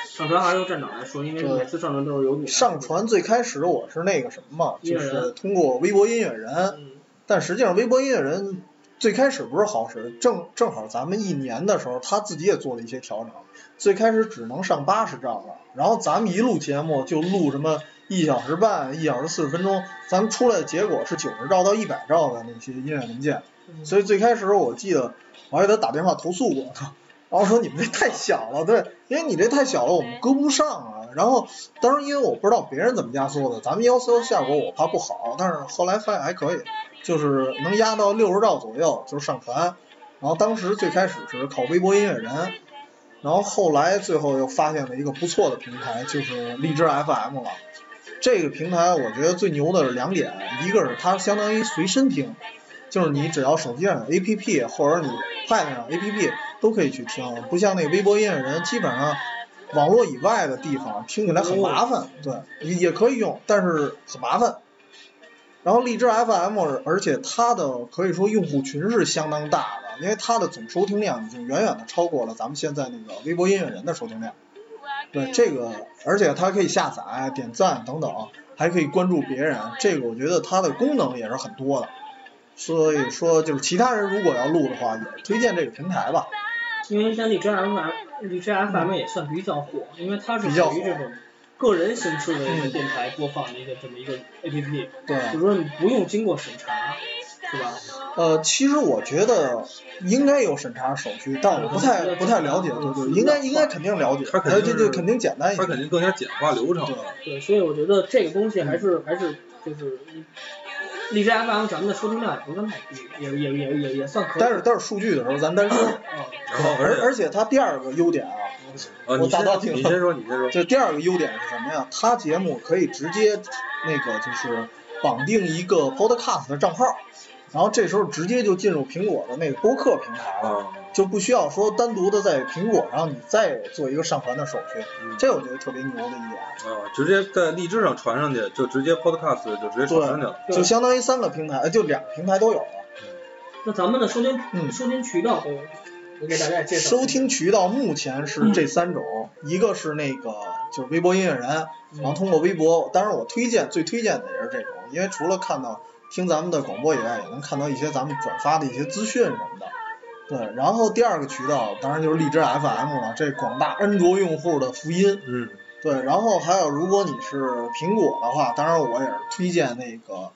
上传还是由站长来说，因为对每次上传都是由你来上。传最开始我是那个什么嘛，音就乐人是通过微博音乐人，嗯，但实际上微博音乐人最开始不是好使，正正好咱们一年的时候他自己也做了一些调整，最开始只能上八十兆了，然后咱们一录节目就录什么一小时半、一小时四十分钟，咱们出来的结果是九十兆到一百兆的那些音乐文件，嗯所以最开始我记得我还给他打电话投诉过，然后说你们这太小了，对，因为你这太小了，我们跟不上啊。然后当时因为我不知道别人怎么压缩的，咱们幺四幺效果我怕不好，但是后来发现还可以，就是能压到六十兆左右，就是上传。然后当时最开始是靠微博音乐人，然后后来最后又发现了一个不错的平台，就是荔枝 FM 了。这个平台我觉得最牛的是两点，一个是它相当于随身听，就是你只要手机上有 APP 或者你 Pad 上有 APP 都可以去听，不像那微博音乐人，基本上网络以外的地方听起来很麻烦，对，也也可以用，但是很麻烦。然后荔枝 FM，而且它的可以说用户群是相当大的，因为它的总收听量已经远远的超过了咱们现在那个微博音乐人的收听量。对这个，而且它可以下载、点赞等等，还可以关注别人。这个我觉得它的功能也是很多的，所以说就是其他人如果要录的话，也推荐这个平台吧。因为像荔枝 FM，荔枝 FM 也算比较火，因为它是比较属于这火种个人形式的一个电台播放的一个这么一个 APP，对，就说你不用经过审查，是吧？呃，其实我觉得应该有审查手续，但我不太不太了解，对对，应该应该肯定了解，它肯定呃是对对，肯定简单一它些肯。定更加简化流程对了。对，所以我觉得这个东西还是还是就是嗯荔枝 FM 咱们的收听量也不是那么低，也也也也也算可以。但是但是数据的时候咱单哦说，然后而而且而且它第二个优点啊，呃，我你打先断你了你先说，你先说。就第二个优点是什么呀？它节目可以直接那个就是绑定一个 Podcast 的账号，然后这时候直接就进入苹果的那个播客平台了，啊，就不需要说单独的在苹果上你再做一个上传的手续，嗯这我觉得特别牛的一点。啊，直接在荔枝上传上去，就直接 Podcast 就直接传上去了。对就相当于三个平台，呃就两个平台都有了。那咱们的收听、嗯收听渠道都，我给大家也介绍一下。收听渠道目前是这三种，一个是那个就是微博音乐人，嗯然后通过微博，当然我推荐最推荐的也是这种，因为除了看到听咱们的广播以外，也能看到一些咱们转发的一些资讯什么的。对，然后第二个渠道当然就是荔枝 FM 了，这广大安卓用户的福音。嗯，对，然后还有如果你是苹果的话，当然我也是推荐那个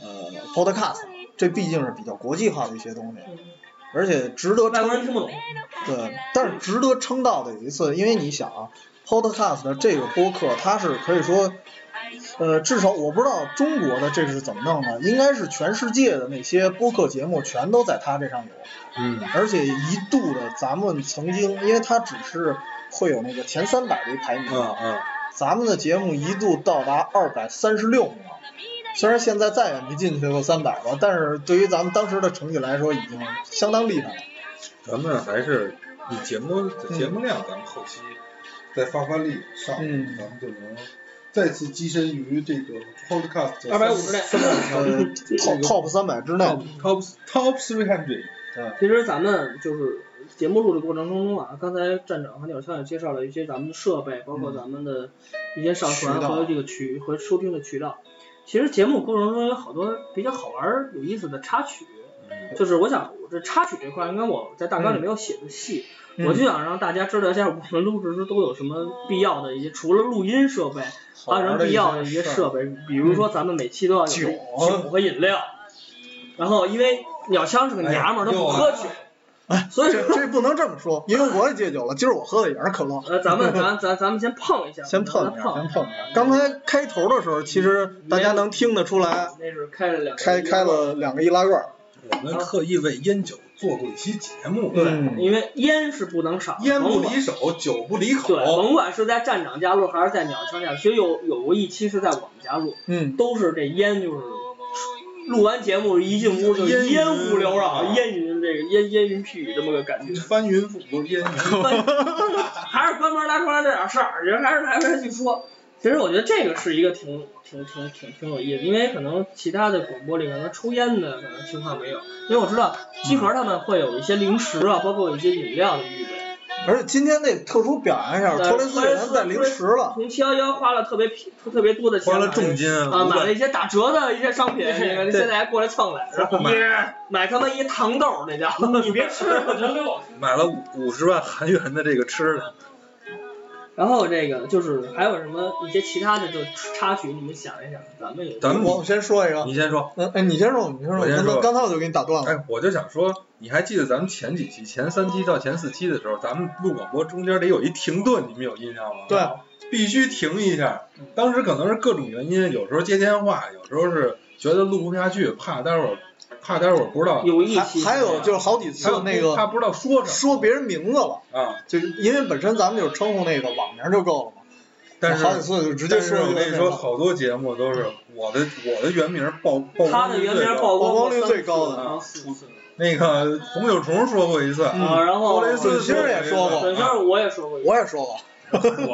呃 Podcast，这毕竟是比较国际化的一些东西，而且值得外称国人听不懂，对，但是值得称道的有一次，因为你想啊，Podcast 的这个播客，它是可以说，呃，至少我不知道中国的这是怎么弄的，应该是全世界的那些播客节目全都在它这上有，嗯，而且一度的咱们曾经，因为它只是会有那个前三百的一排名，啊啊，咱们的节目一度到达二百三十六名，虽然现在再也没进去过三百了，但是对于咱们当时的成绩来说，已经相当厉害了。咱们还是以节目节目量，咱们后期再发发力上，嗯咱们就能再次跻身于这个 podcast 250类三百强 呃，top top 三百之内， top top three hundred 其实咱们就是节目录的过程当中啊，刚才站长和鸟枪也介绍了一些咱们的设备，包括咱们的一些上传嗯渠道和这个渠和收听的渠道。其实节目过程中有好多比较好玩儿、有意思的插曲，就是我想这插曲这块，应该我在大纲里没有写的细，嗯我就想让大家知道一下我们录制时都有什么必要的一些，除了录音设备，好还有玩什儿么的必要的一一些些事儿 设备，比如说咱们每期都要有酒酒和饮料。然后因为鸟枪是个娘哎们儿，他不喝酒，所以这这不能这么说，因为我也戒酒了。今儿我喝的也是可乐，呃，咱们咱咱咱们先碰一下，先碰咱一下，们碰先碰一下。刚才开头的时候，其实大家能听得出来，那是开了两个开开，了两个易拉罐，我们特意为烟酒做过一期节目，对因为烟是不能少，烟不甭管离手，酒不离对，口。甭管是在站长家录还是在鸟枪家录，其实有有过一期是在我们家录，嗯，都是这烟就是录完节目一进屋就烟云烟雾缭绕，啊烟云这个烟烟云屁雨这么个感觉。翻云覆雨，烟云。还是关门拉窗帘这点事儿，人还是还是去说。其实我觉得这个是一个挺挺挺挺挺有意思，因为可能其他的广播里可能抽烟的可能情况没有，因为我知道集合他们会有一些零食啊，包括有一些饮料的预备。而且今天得特殊表扬一下，对托雷斯给咱带零食了，从七幺幺花了特别便特别多的钱， 花了重金买了啊，五百买了一些打折的一些商品，你看现在还过来蹭来，然后买买他妈一糖豆那叫，你别吃，啊我觉得买了五十万韩元的这个吃的，然后这个就是还有什么一些其他的就是插曲，你们想一想，咱们有咱们我先说一啊个，你先说。嗯，哎，你先说，你先说，我先说刚才刚才我就给你打断了，哎，我就想说，你还记得咱们前几期，前三期到前四期的时候，咱们录广播中间得有一停顿，你们有印象吗？对， 必须停一下。当时可能是各种原因，有时候接电话，有时候是觉得录不下去，怕待会儿，怕待会儿不知道，有一还期还有就是好几还次有那怕个不知道说什么说别人名字了，啊，就是因为本身咱们就称呼那个网名就够了嘛，但是好几次就直接但是说我跟你说，原名好多节目都是我的我的原名曝曝他光的率原最名高曝曝光光率最高的嗯然后啊四次那个红酒虫说过一次，啊，然后波雷斯准星儿也说过本身我也说过一次，我也说过，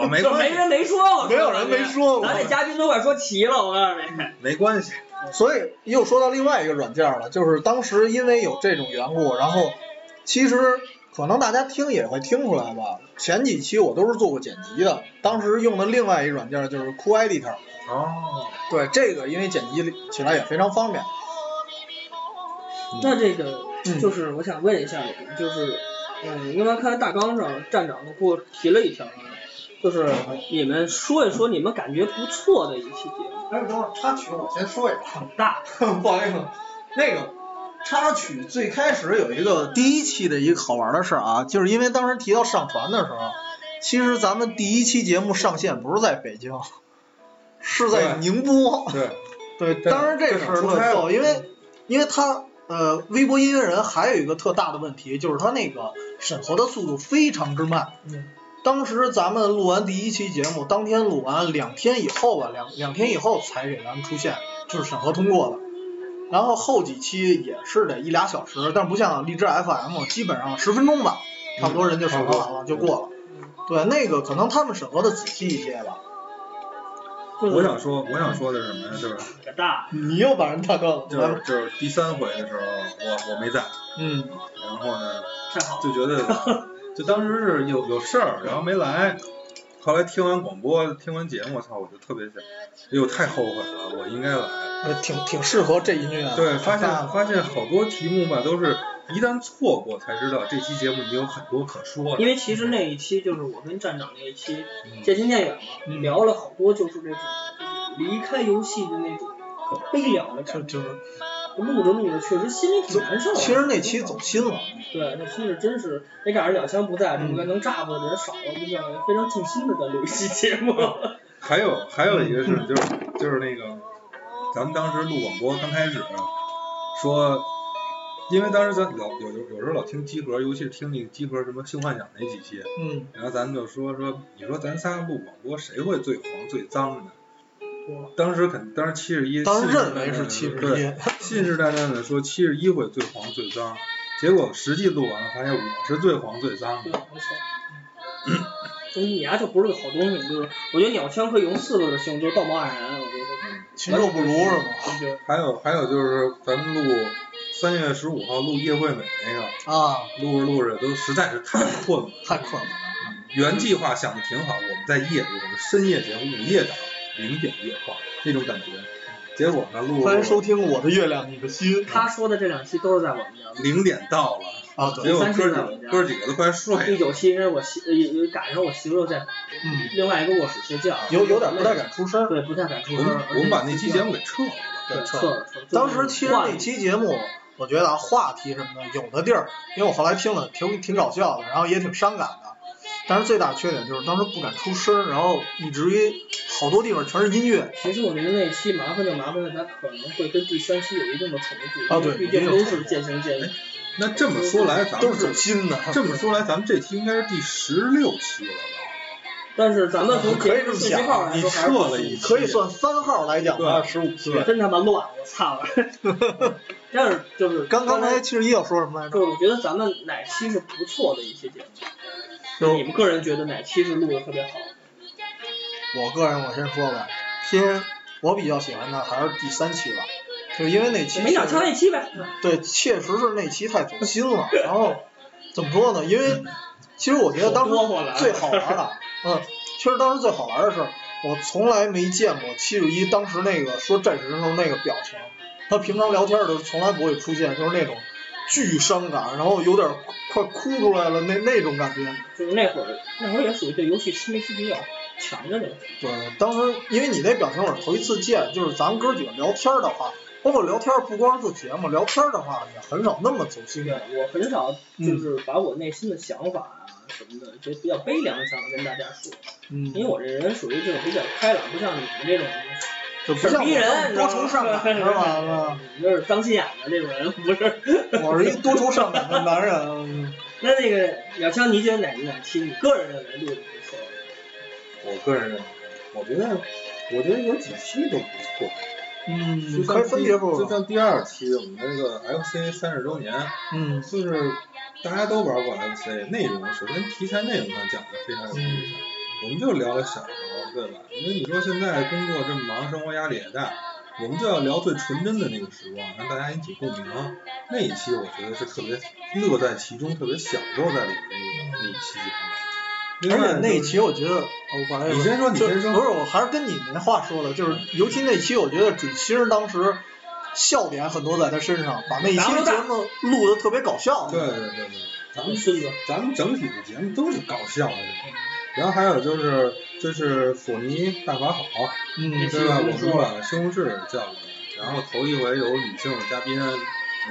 我没就关没系，人没说过，没有人没说过嗯咱。这嘉宾都快说齐了，我告诉你，没关系，所以又说到另外一个软件了，就是当时因为有这种缘故，然后其实可能大家听也会听出来吧。前几期我都是做过剪辑的，当时用的另外一软件就是 Cool Editor。哦，对这个，因为剪辑起来也非常方便。那这个嗯就是我想问一下你们，就是，嗯，因为看大纲上站长给我提了一条啊，就是你们说一说你们感觉不错的一期节目，哎，等会儿插曲我先说一个，很大， 不好意思，那个插曲最开始有一个第一期的一个好玩的事儿啊，就是因为当时提到上传的时候，其实咱们第一期节目上线不是在北京，是在对宁波。对，对，对当然这事儿这哪儿特出逗，因为因为他呃，微博音乐人还有一个特大的问题，就是他那个审核的速度非常之慢。嗯。当时咱们录完第一期节目，当天录完，两天以后吧，两两天以后才给咱们出现，就是审核通过的。然后后几期也是得一俩小时，但不像荔枝 FM，基本上十分钟吧，差不多人就审核完了、嗯就过了。对，那个可能他们审核的仔细一些吧。就是我想说，我想说的是什么呀？就是很大，你又把人大断了，就是就是第三回的时候，我我没在，嗯，然后呢太好了，就觉得， 就当时是有有事儿，然后没来。后来听完广播，听完节目，我操，我就特别想，哎呦，太后悔了，我应该来。呃挺挺适合这音乐的。对，发现很大的发现好多题目吧，都是一旦错过才知道这期节目你有很多可说的。因为其实那一期就是我跟站长那一期嗯渐行渐远嘛，嗯聊了好多就是这种离开游戏的那种可悲凉的就感觉，就是，嗯录着录着确实心里挺难受的。其实那期走心了，对，那真是真是，也赶上两枪不在，这不嗯该能炸过的人少了，就感觉非常尽心的在录一期节目。嗯还有还有一个是，就是就是那个，咱们当时录广播刚开始，说，因为当时咱老有有有时候老听机核，尤其是听那个机核什么性幻想那几期，嗯，然后咱们就说说，你说咱仨录广播谁会最黄最脏呢？当时肯当时七十一，当时认为是七十对，一，信誓旦旦的说七十一会最黄最脏，结果实际录完了发现我是最黄最脏对，的。没错。所以你啊丫、就不是个好东西，就是我觉得鸟枪可以用四个字形容，就是道貌岸然。我觉得禽兽不如是吗？这，对还有还有就是咱们录三月十五号录叶惠美那个，啊，录着录着都实在是太困了。嗯太困了。原计划想的挺好，我们在夜里，我们深夜节目午夜档零点夜话那种感觉，结果呢录欢迎收录听《我的月亮你的心》他说的这两期都是在我们家录零点到了，啊，结对，果三十哥秒几个哥几个都快的。第睡了。九期是我媳，呃呃赶上我媳妇又在嗯，另外一个卧室睡觉，有有点不太敢出声。对，不太敢出我声们。而且我们把那期节目给撤了，对撤撤。了，撤了当时其实换那期节目，我觉得啊，话题什么的，有的地儿，因为我后来听了挺挺搞笑的，然后也挺伤感的。但是最大缺点就是当时不敢出声，然后以至于好多地方全是音乐。其实我觉得那一期麻烦就麻烦在咱可能会跟第三期有一定的重复，啊因为对毕竟有都一定的是渐行渐远。那这么说来，咱都们是走心 的，这么说来，咱们这期应该是第十六期了吧？但是咱们从可以节目这么信息想号来你说还是撤了一 期，可以算番号来讲吧，对十五期。真他妈乱，我操！ 但是就是 刚刚才才七十一要说什么来就着？是我觉得咱们哪期是不错的一期节目，就你们个人觉得哪期是录的特别好？我个人我先说吧，其实我比较喜欢的还是第三期吧，就是因为那期没想敲那期呗。对，确实是那期太走心了。然后怎么说呢？因为其实我觉得当时我多了啊最好玩的，嗯，其实当时最好玩的是，我从来没见过七十一当时那个说战神的时候那个表情，他平常聊天的时候从来不会出现，就是那种巨伤感，然后有点快哭出来了那那种感觉。就是那会儿，那会儿也属于对游戏痴迷性比较强的那种。对，当时因为你那表情我是头一次见，就是咱们哥几个聊天的话，包括聊天不光是做节目，聊天的话也很少那么走心对的。，我很少嗯就是把我内心的想法啊什么的，就比较悲凉的想法跟大家说。嗯，因为我这人属于这种比较开朗，不像你们这种就不像逼我人，啊多愁善 感是吧？你就是当心眼的这种人，不是？我是一多愁善感的男嗯人。那那个鸟枪，你觉得哪一两期你个人认为录的不错？我个人认为，我觉得，我觉得有几期都不错，嗯就可像是分别不第就像第二期我们那个 FC 三十周年，嗯就是大家都玩过 FC，内容首先题材内容上讲的非常有意思，我们就聊聊小时候，对吧？因为你说现在工作这么忙，生活压力也大，我们就要聊最纯真的那个时光，让大家引起共鸣。那一期我觉得是特别乐在其中，特别享受在里面的那一期。另而外且那一期我觉得，哦我还你先说你就先说不是，我还是跟你那话说的，就是尤其那期，我觉得准星儿当时笑点很多在他身上，把那一期节目录的特别搞笑。对对对对，咱们孙子，咱们整体的节目都是搞笑的，然后还有就是就是索尼大法好，嗯，对吧？我们把西红柿叫过来，然后头一回有女性嘉宾，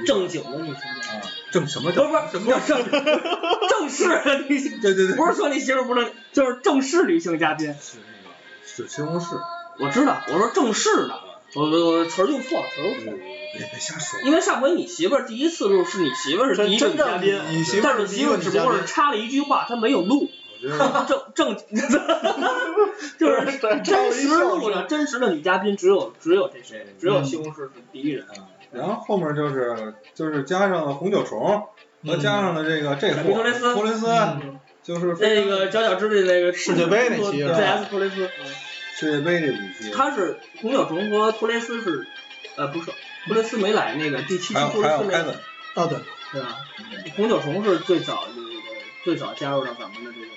正经的女生，啊，正什么不正是不是，什什么么叫 正正式的女性？对对对，不是说你媳妇不正，就是正式女性嘉宾。是那个是西红柿，我知道，我说正式的，我我我词儿用错了，词儿用错了。别别瞎说，因为上回你媳妇儿第一次录是你媳妇儿是第一个真女正嘉宾，你媳妇但儿是是你第媳一妇个儿女只不嘉过宾是，插了一句话，她没 有录，我觉得啊正正 就是真实录嗯了真实的女嘉宾只有只有这嗯谁，只有西红柿是第一人。啊，然后后面就是就是加上了红酒虫，嗯和加上了这个这货凯米托雷斯托雷斯，嗯就是那个佼佼之地那个世界杯那期是吧嗯 S 托雷斯，世界杯这一期，他是红小虫和托雷斯是，呃不是，托雷斯没来那个第七期还有托雷还斯有没凯来，文，啊对，对吧？红酒虫是最早这个最早加入到咱们的这个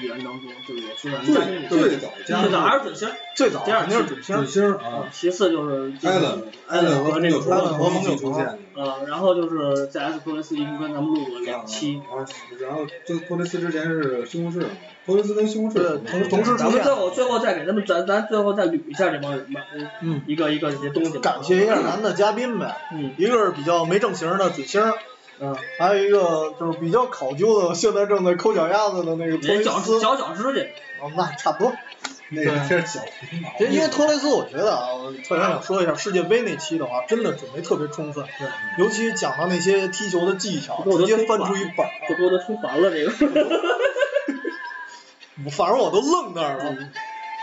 一员当中，就是也是咱们嘉宾里最最早加最入早还是准星儿，最早第二肯定是期准星小儿，星儿啊，其次就是艾艾伦伦，嗯艾伦和和那个红艾伦酒和虫红一起酒出虫现的。呃，然后就是在 S 托雷斯一共跟咱们录过两期，然后，然后就托雷斯之前是西红柿嘛，托雷斯跟西红柿对同同时咱们最后最后再给他们咱咱最后再捋一下这帮人吧，嗯，一个一个这些东西，感谢一下咱们的嘉宾呗，嗯一个是比较没正形儿的准星儿，嗯，还有一个就是比较考究的，现在正在抠脚丫子的那个托也雷脚斯，脚脚指去，哦那差不多。那个是小红毛，其嗯实因为托雷斯，我觉得啊，我特别想说一下世界杯那期的话，真的准备特别充分，对尤其讲到那些踢球的技巧，我直都接听翻不出一本儿，这多的听烦了这个。我反正我都愣那儿了。嗯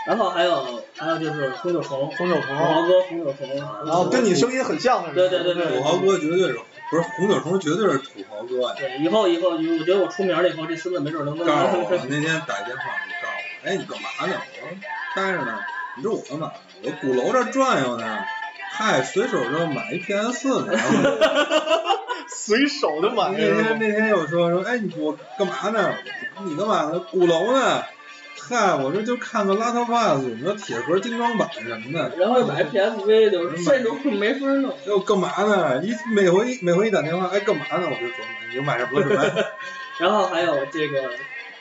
然后还有还有就是红酒虫，冯小土鹏，豪哥红酒虫，然然后啊跟你声音很像的人，对对对土豪哥绝对是，不是红酒虫绝对是土豪哥呀。对，以后以后，我觉得我出名了以后，这孙子没准能跟告诉我那天打电话，你告诉我，哎，你干嘛呢？我说待着呢。你说我干嘛呢？我鼓楼这转悠呢。嗨，随手就买一 PS 四呢。然后随手就买了那是天吧。那天又说说，哎，你我干嘛呢？你干嘛呢？鼓楼呢？嗨，我这就看个《拉套帕子》，你说铁盒精装版什么的。然后买 PSV 就是这种没法弄。要干嘛呢？一每回每回一打电话，哎，干嘛呢？我就琢磨，你又买什么了？ 买然后还有这个，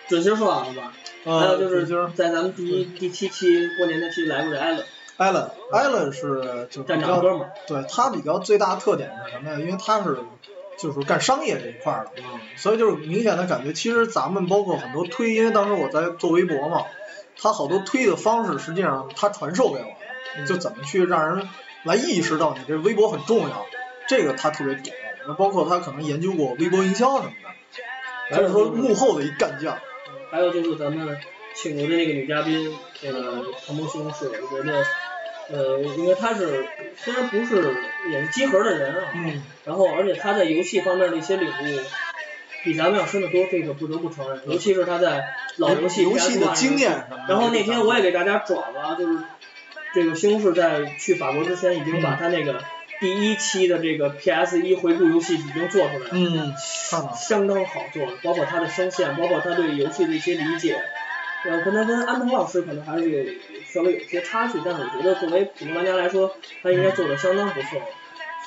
准星说完了吧？嗯还有就是就是在咱们第一第七期过年那期来过的艾伦 Allen，Allen 是就比站长较，哥们儿，对他比较最大特点是什么呀？因为他是就是干商业这一块儿的，嗯所以就是明显的感觉，其实咱们包括很多推，因为当时我在做微博嘛，他好多推的方式，实际上他传授给我嗯的，就怎么去让人来意识到你这微博很重要，这个他特别懂。那包括他可能研究过微博营销什么的，就是说幕后的一干将。还有就是咱们请来的那个女嘉宾，这个唐伯兄是我觉得，呃，因为他是虽然不是也是集合的人啊，嗯，然后而且他在游戏方面的一些领悟，比咱们要深得多，这个不得不承认。尤其是他在老游戏哎游戏的 PS1 经验什么的。然后那天我也给大家转了，就是这个西红柿在去法国之前已经把他那个第一期的这个 PS 一回顾游戏已经做出来了，嗯，看看相当好做了，包括他的声线，包括他对游戏的一些理解。呃，可能跟安藤老师可能还是有稍微有些差距，但是我觉得作为普通玩家来说，他应该做的相当不错。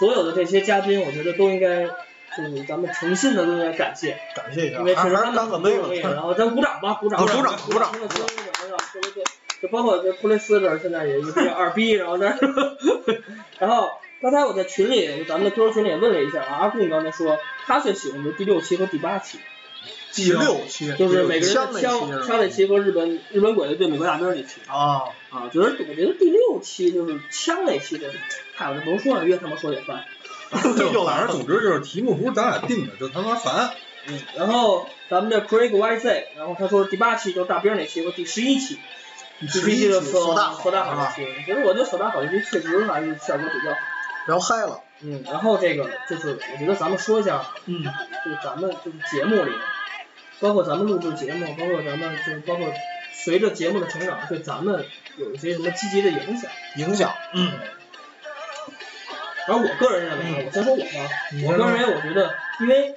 所有的这些嘉宾，我觉得都应该就是咱们诚心的都应该感谢，感谢一下，啊因为确还实还他是们干个很不杯容易。然吧。后咱鼓掌吧，鼓掌，啊鼓掌鼓掌鼓掌，鼓掌，鼓掌，对对对，就包括这普雷斯这儿现在也有点二逼，然后在那儿，然后刚才我在群里，咱们的 QQ 群里也问了一下啊，阿贡刚才说他最喜欢的第六期和第八期，第六期就是每个人枪那的枪期啊枪那是期和日本日本鬼子对美国大兵那期吧啊，啊，觉得我觉得第六期就是枪那期的，嗨，我就甭说了，越他妈说越烦。又来了。反正总之就是题目不是咱俩定的，就他妈烦。嗯，然后咱们的 Craig YZ，然后他说第八期就是大兵那期和第十一期，只只记得索大索大好啊像，是，其实我觉得索大好像是确实还是效果比较好。然后嗨了，嗯，然后这个就是我觉得咱们说一下，嗯，就是咱们就是节目里，包括咱们录制节目，包括咱们就是包括随着节目的成长，对咱们有一些什么积极的影响。影响，嗯而我个人认为啊，我先说我吧，我个人认为我觉得，因为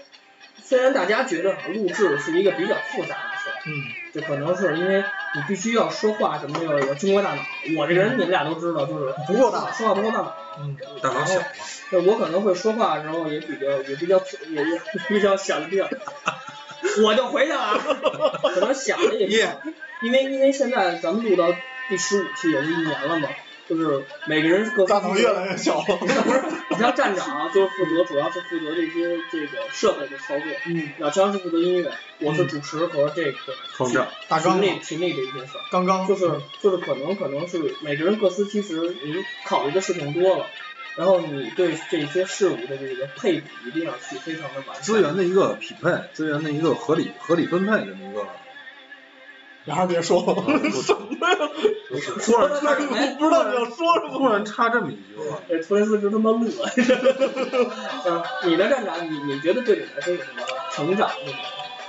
虽然大家觉得好啊像录制是一个比较复杂的事儿，嗯，就可能是因为你必须要说话什么的要有经过大脑，我这人你们俩都知道，就是不够大，说话不够大脑。嗯，大脑小啊嘛，对，我可能会说话的时候也比较也比较也也比较想的 比较，我就回去了啊，可能想的也比较，因为因为现在咱们录到第十五期也是一年了嘛，就是每个人各大自脑越来越 小了，你像站长啊就是负责主要是负责这些这个设备的操作，嗯，老张是负责音乐，我是主持和这个嗯创造大群张内群内的一件事儿。刚刚就是就是可能可能是每个人各司其职，你考虑的事情多了，然后你对这些事物的这个配比一定要去非常的完善。资源的一个匹配，资源的一个合理合理分配这么 一个。然后别说了，嗯呃突 然插这么，不知道你要说什么。突然插这么一句话，呃，托雷斯直他妈乐。 嗯，你的站长，你你觉得对你来说有什么成长吗？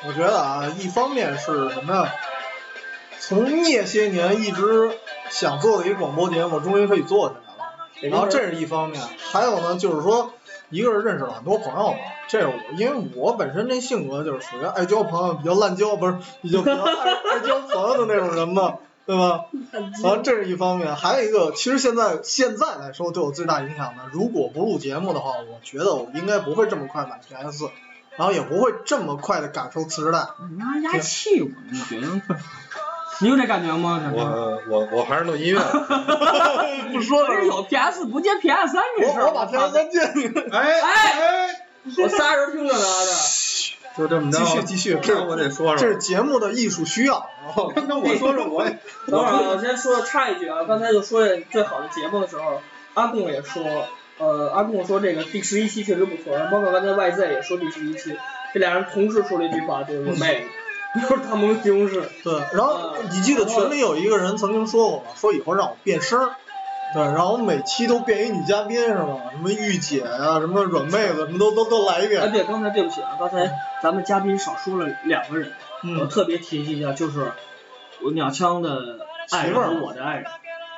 我觉得啊，一方面是什么呀？从那些年一直想做的一个广播节目，终于可以做起来了。然后这是一方面，还有呢，就是说，一个是认识了很多朋友嘛，这是我，因为我本身这性格就是属于爱交朋友，比较滥交，不是，比较比较爱爱交朋友的那种人嘛，对吧？然后这是一方面，还有一个，其实现在现在来说对我最大影响的，如果不录节目的话，我觉得我应该不会这么快买 PS，然后也不会这么快的感受次时代。你妈压气我，你觉得？你有这感觉吗？我我我还是弄音乐。不说我是了，有 PS 不接 PS 三这事我儿。我把 PS 三借你， 哎哎，啊我仨人听着呢，啊这就这么着。继续继续，这这是我得这说说。是节目的艺术需要。然后那我说说我等会儿啊我先说插一句啊，刚才就说这最好的节目的时候，阿贡也说，呃，阿贡说这个第十一期确实不错，然后包括刚才 YZ 也说第十一期，这俩人同时说了一句话，就是我妹 夫，都是他们西红柿。对，然后你记得群里有一个人曾经说过吗？说以后让我变声儿，对，然后每期都变一女嘉宾是吗？什么御姐呀、什么软妹子，什么都都都来一哎，遍。对，刚才对不起啊，刚才咱们嘉宾少说了两个人，我嗯，特别提一下，就是我鸟枪的爱人和我的爱人，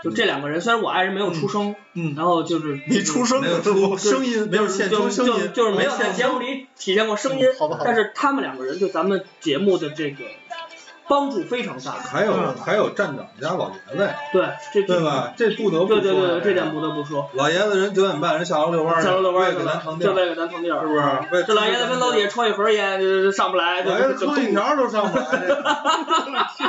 就这两个人，虽然我爱人没有出声，嗯然后就是没出声，没有出声音没有现就出就声就音，嗯就是没有在节目里体现过声音，好吧好吧但是他们两个人对咱们节目的这个帮助非常大。还有还有站长家老爷子呀，对，这这对？吧？这不得不对说，对对对，这点不得不说。老爷子人九点半人下楼遛弯儿去，下楼遛弯儿去为给咱腾了，地就儿，为了咱腾地是儿。不是？为这老爷子跟楼底下抽一盒烟，就就上不来，就老爷就子就抽一条都上 不来，这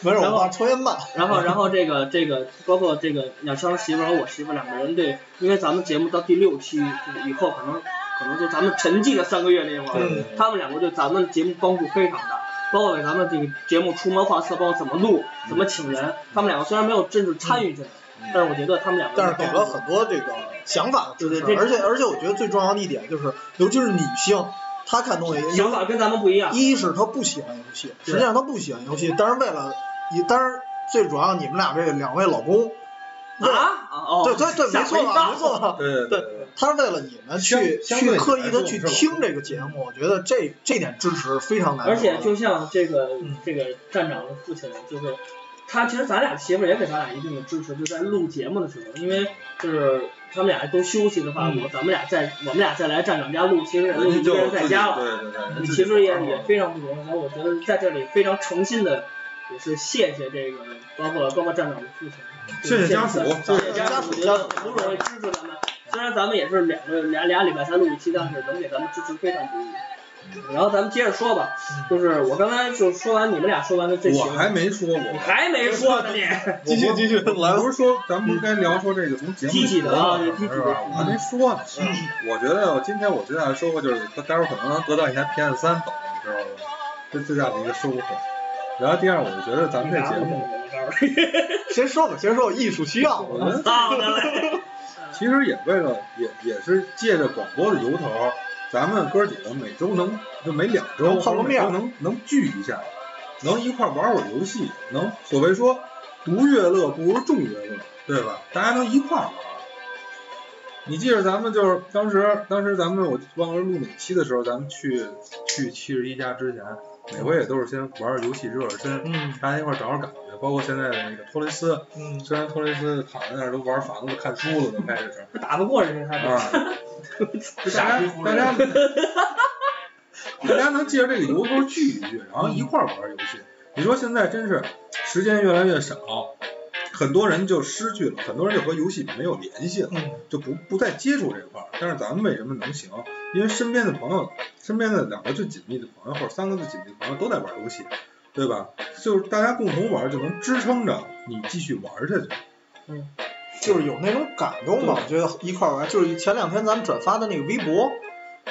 没事，我爸抽烟慢。然后，嗯然后这个这个，包括这个鸟枪媳妇儿和我媳妇儿两个人对，因为咱们节目到第六期就是以后可能可能就咱们沉寂了三个月那会儿，嗯他们两个对咱们节目帮助非常大，包括给咱们这个节目出谋划策，包括怎么录、嗯怎么请人，他们两个虽然没有真是参与进来，但是我觉得他们两个但人是的给帮助了很多这个想法的支持，对对这而且而且我觉得最重要的一点就是，尤其是女性，她看东西，想法跟咱们不一样，一是她不喜欢游戏，实啊对际上她不喜欢游戏，但是为了，一当然最主要你们俩这两位老公，啊啊哦，对对对，吓没错我一吧？跳没错啊吧？对对对。他为了你们相去相去对刻来意说的去是吧听这个节目，我觉得这这点支持非常难得而的。且就像这个、嗯这个站长的父亲，就是他其实咱俩媳妇儿也给咱俩一定的支持，就在录节目的时候，因为就是他们俩都休息的话，嗯我咱们俩在我们俩再来站长家录，其实也录人一个家就人在家了，对对对，人你自其己实也玩儿也了非常不容易，所以我觉得在这里非常诚心的也是谢谢这个包括包括站长的父亲，谢谢家属谢谢家家属属，觉得很不容易支持咱们。虽然咱们也是两个俩俩礼拜才录一期，但是能给咱们支持非常不易。然后咱们接着说吧，就是我刚才就说完你们俩说完的这些，我还没说你我还没说呢你，继续继续来吧不是说咱们不是该聊说这个从节目积极的啊是积极的吧？我还没说呢。嗯我觉得我今天我最大的收获就是，待会儿可能能得到一台 PS 三走，你知道吗？这最大的一个收获。然后第二，我觉得咱们这节 目，先说吧，先说吧艺术需要。我觉得操的嘞！ 其实也为了也也是借着广播的由头，咱们哥几个每周能就每两周能碰个或者每周面能能聚一下，能一块儿玩会儿游戏，能所谓说独乐乐不如众乐乐，对吧？大家能一块儿玩。你记着，咱们就是当时，当时咱们我忘了录哪期的时候，咱们去去七十一家之前，每回也都是先玩玩游戏热热身，嗯大家一块儿找找感觉。包括现在的那个托雷斯，嗯，虽然托雷斯躺在那儿都玩烦了，都看书了，都开始。打不过 人家还啊，就大家大家 大家能借着这个由头聚一聚，然后一块儿玩儿游戏。你说现在真是时间越来越少，很多人就失去了，很多人就和游戏没有联系了，嗯就不不再接触这块儿。但是咱们为什么能行？因为身边的朋友，身边的两个最紧密的朋友或者三个最紧密的朋友都在玩儿游戏，对吧？就是大家共同玩儿，就能支撑着你继续玩儿下去。就是有那种感动嘛，我觉得一块儿玩，就是前两天咱们转发的那个微博，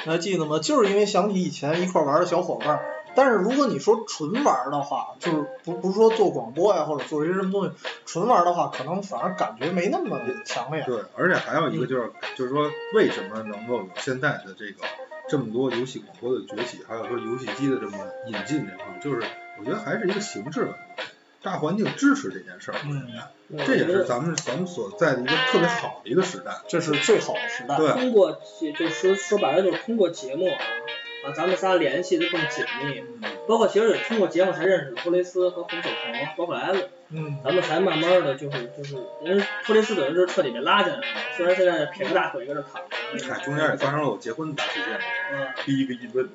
你还记得吗？就是因为想起以前一块儿玩的小伙伴儿。但是如果你说纯玩的话，就是不不是说做广播呀，或者做一些什么东西，纯玩的话，可能反而感觉没那么强烈。对，而且还嗯有一个就是，就是说为什么能够有现在的这个这么多游戏广播的崛起，还有说游戏机的这么引进这块儿，就是我觉得还是一个形式问题，大环境支持这件事儿，嗯，这也我觉是得咱们咱们所在的一个特别好的一个时代。这是最好的时代。对，啊通过节，就是说说白了就是通过节目啊，啊，咱们仨联系的更紧密，包括其实也通过节目才认识的托雷斯和红手头，包括莱恩，嗯，咱们才慢慢的就是就是，人托雷斯等于是彻底被拉进来了，虽然现在撇个大腿跟那躺着，哎，中间也发生了我结婚的大事件，嗯，第一个疑问。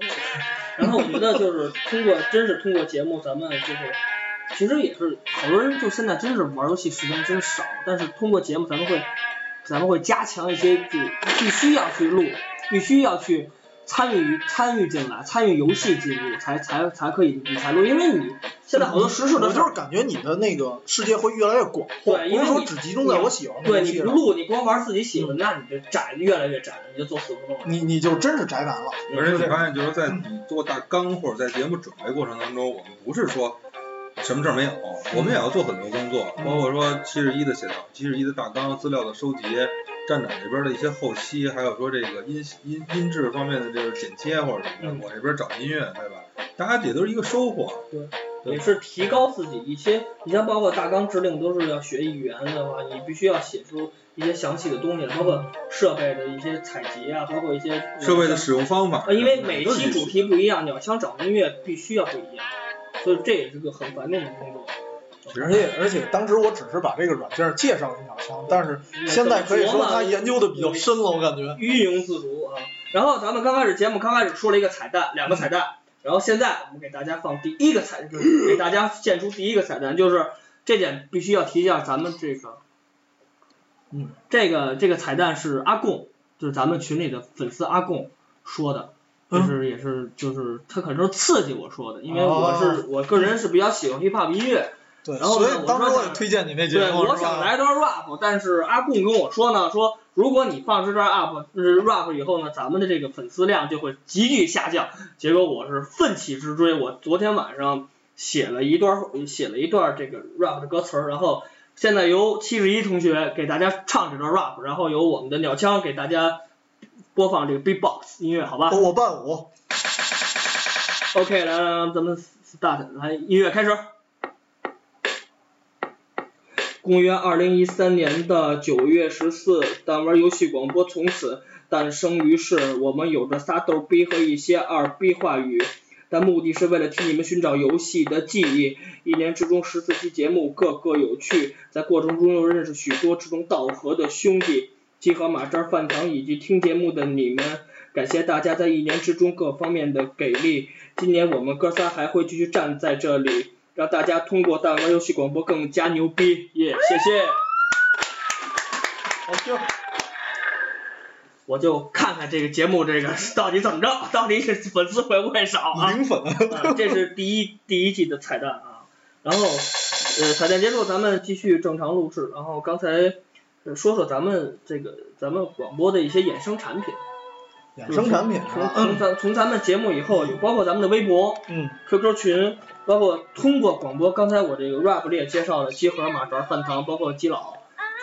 然后我觉得就是通过，真是通过节目，咱们就是，其实也是好多人就现在真是玩游戏时间真少，但是通过节目咱们会，咱们会加强一些就必须要去录，必须要去参与参与进来，参与游戏进入才才才可以你才录，因为你现在好多时事我的事就儿，是感觉你的那个世界会越来越广阔，对因不为是说你只集中在我喜欢的对游你戏不上，录，你光玩自己喜欢的，那你就窄越来越窄，你就做死胡同了。你你就真是宅男了。而且你发现，就是在你做大纲或者在节目准备过程当中，我们不是说什么事儿没有，我们也要做很多工作，包括说七十一的写稿、七十一的大纲、资料的收集、站长这边的一些后期，还有说这个音音音质方面的这个剪切或者什么嗯的，我这边找音乐，对吧？大家也都是一个收获。也是提高自己一些，你像包括大纲指令都是要学语言的话，你必须要写出一些详细的东西，包括设备的一些采集啊，包括一些设备的使用方法，呃，因为每期主题不不一样，你要想找音乐必须要不一样，所以这也是个很繁重的工作。而且而且当时我只是把这个软件介绍给小强，啊但是现在可以说他研究的比较深了，我感觉。运营自如啊。然后咱们刚开始节目刚开始说了一个彩蛋，两个彩蛋，然后现在我们给大家放第一个彩，给大家献出第一个彩蛋，就是这点必须要提一下，咱们这个，嗯，这个这个彩蛋是阿贡，就是咱们群里的粉丝阿贡说的。嗯就是也是就是他可能是刺激我说的，因为我是、哦我个人是比较喜欢 hiphop 音乐，对，然后所呢以当时我说我也推荐你那节对，目，我是想吧？来段 rap，但是阿贡跟我说呢，说如果你放这段 up 呃 rap 以后呢，咱们的这个粉丝量就会急剧下降。结果我是奋起直追，我昨天晚上写了一段写了一段这个 rap 的歌词儿，然后现在由七十一同学给大家唱这段 rap，然后由我们的鸟枪给大家播放这个 beatbox 音乐，好吧啊我伴舞， ？OK，来来来，咱们 start，来音乐开始。公元二零一三年的九月十四，单玩游戏广播从此诞生于世。我们有着仨逗逼和一些二逼话语，但目的是为了替你们寻找游戏的记忆。一年之中十四期节目，个个有趣，在过程中又认识许多志同道合的兄弟，集合马扎饭堂以及听节目的你们。感谢大家在一年之中各方面的给力。今年我们哥仨还会继续站在这里，让大家通过蛋玩游戏广播更加牛逼，耶、谢谢。好听。我就看看这个节目这个到底怎么着，到底是粉丝会不会少啊？零粉，啊这是第一第一季的彩蛋啊。然后，呃，彩蛋结束，咱们继续正常录制。然后刚才呃说说咱们这个咱们广播的一些衍生产品，衍生产品是从吧？从咱从咱们节目以后，有包括咱们的微博、嗯， QQ 群，包括通过广播，刚才我这个 rap 里也介绍了集合、马扎、饭堂，包括基佬，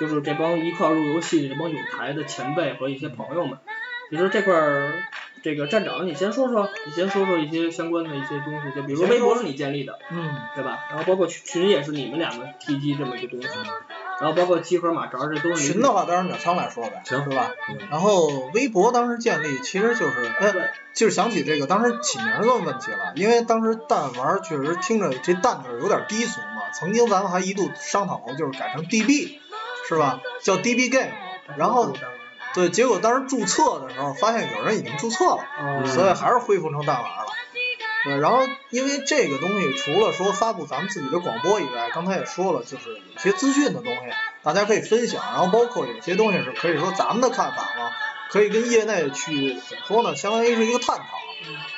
就是这帮一块儿入游戏的这帮有台的前辈和一些朋友们。其实这块儿这个站长，你先说说，你先说说一些相关的一些东西，就比如说微博是你建立的，嗯，对吧？然后包括群群也是你们两个 T G 这么一个东西，然后包括集合马扎这都是群你的话当然鸟仓来说呗，行对吧嗯？然后微博当时建立其实就是，对呃，就是想起这个当时起名儿的问题了，因为当时蛋玩儿确实听着这蛋字儿有点低俗嘛，曾经咱们还一度商讨过，就是改成 DB，是吧？叫 DB Game，然后对，结果当时注册的时候发现有人已经注册了，哦，所以还是恢复成弹丸了。对，然后因为这个东西，除了说发布咱们自己的广播以外，刚才也说了，就是有些资讯的东西大家可以分享，然后包括有些东西是可以说咱们的看法嘛，可以跟业内去怎么说呢，相当于是一个探讨，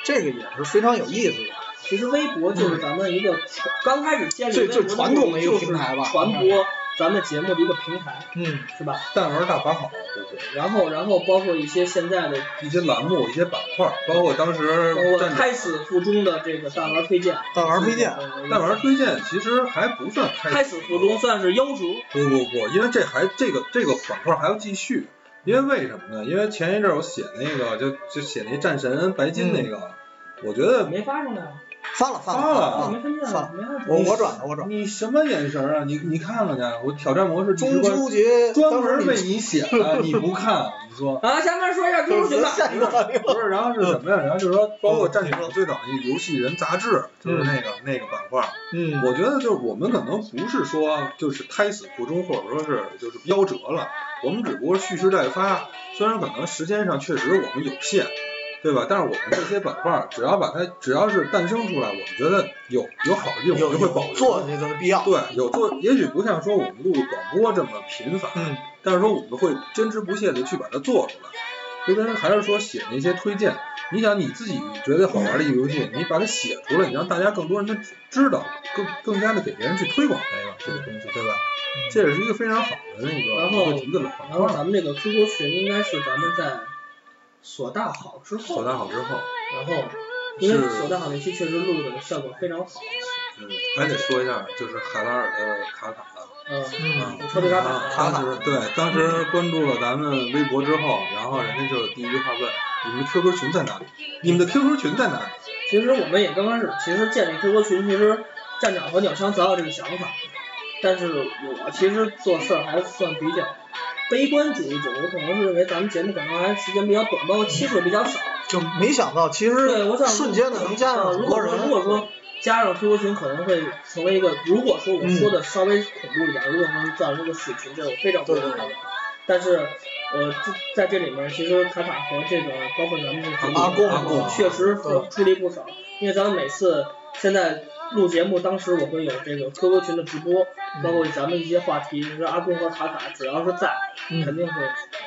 这个也是非常有意思的。其实微博就是咱们一个传刚开始建立最微博最传统的的一个目的平台吧就是传播咱们节目的一个平台，嗯，是吧？弹丸大法好，对不对？然后然后包括一些现在的一些栏目、一些板块，包括当时包括站长胎死腹中的这个弹丸推荐，弹丸推荐，弹弹丸推荐其实还不算胎开死腹中算是夭折，不不不，因为这还这个这个板块还要继续，因为为什么呢？因为前一阵儿我写那个就就写那战神白金那个，嗯我觉得没发上来啊，发了发了发了发没了，看见算了啊，没看见。我我转的我转的。你什么眼神儿啊？你你看看去，我挑战模式中直观秋节专当时门为你你写的，你不看，你说。啊，下面说一下中秋节吧。下一个话题不是，然后是什么呀？然后就是说，包括嗯战场最早那个游戏人杂志，就是那个、那个板块儿，嗯，我觉得就是我们可能不是说就是胎死腹中，或者说是就是夭折了，我们只不过蓄势待发。虽然可能时间上确实我们有限，对吧？但是我们这些板块儿，只要把它只要是诞生出来，我们觉得有有好的地方，我有们就会保留。做下去的必要。对，有做，也许不像说我们录广播这么频繁，嗯但是说我们会坚持不懈的去把它做出来。就跟还是说写那些推荐，你想你自己觉得好玩的一个游戏，你把它写出来，你让大家更多人的知道，更更加的给别人去推广这个这个东西，对吧？嗯这也是一个非常好的那个然后一个板然后块。咱们这个 QQ 群应该是咱们在锁大好之后，锁大好之后，然后因为是锁大好那期确实录的效果非常好，嗯，还得说一下，就是海拉尔的卡卡。嗯，嗯，超级卡然后卡当时对，当时关注了咱们微博之后，然后人家就第一句话问：“你们 QQ 群在哪里？你们的 QQ 群在哪里其实我们也刚开始，其实建立 QQ 群，其实站长和鸟枪早有这个想法，但是我其实做事儿还算比较悲观主义者，我可能是认为咱们节目可能还时间比较短，包括期数比较少。就没想到，其对，我实想呃瞬间的能加上很如果多说人。如果说加上 QQ 群可能会成为一个，如果嗯说我说的稍微恐怖一点，如果说是造成这个死群，这是我非常不对认可的。但是，呃，在在这里面，其实卡卡和这个包括咱们这个阿贡阿啊贡确实对出力不少，因为咱们每次现在录节目，当时我会有这个 QQ 群的直播，嗯包括咱们一些话题，你说阿贡和卡卡只要是在，肯嗯，定会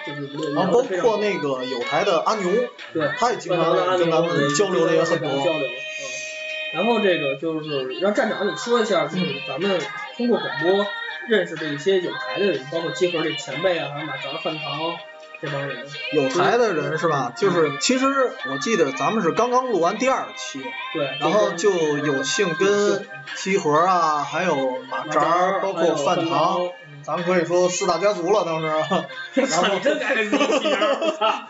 就是聊然聊后包得非常括那个有台的阿牛，对。他也经外常行的阿跟咱们牛交流的也很交多。流。嗯然后这个就是让站长你说一下，就是咱们通过广播认识的一些有才的人，包括集合这前辈啊，还有马扎、饭堂这帮人。有台的人是吧？嗯就是其实我记得咱们是刚刚录完第二期，对，然后就有幸跟七核啊，还有马马扎扎儿，包括饭堂，， 咱们可以说四大家族了。当时，啊然操 后你真敢给自己起名儿，我操！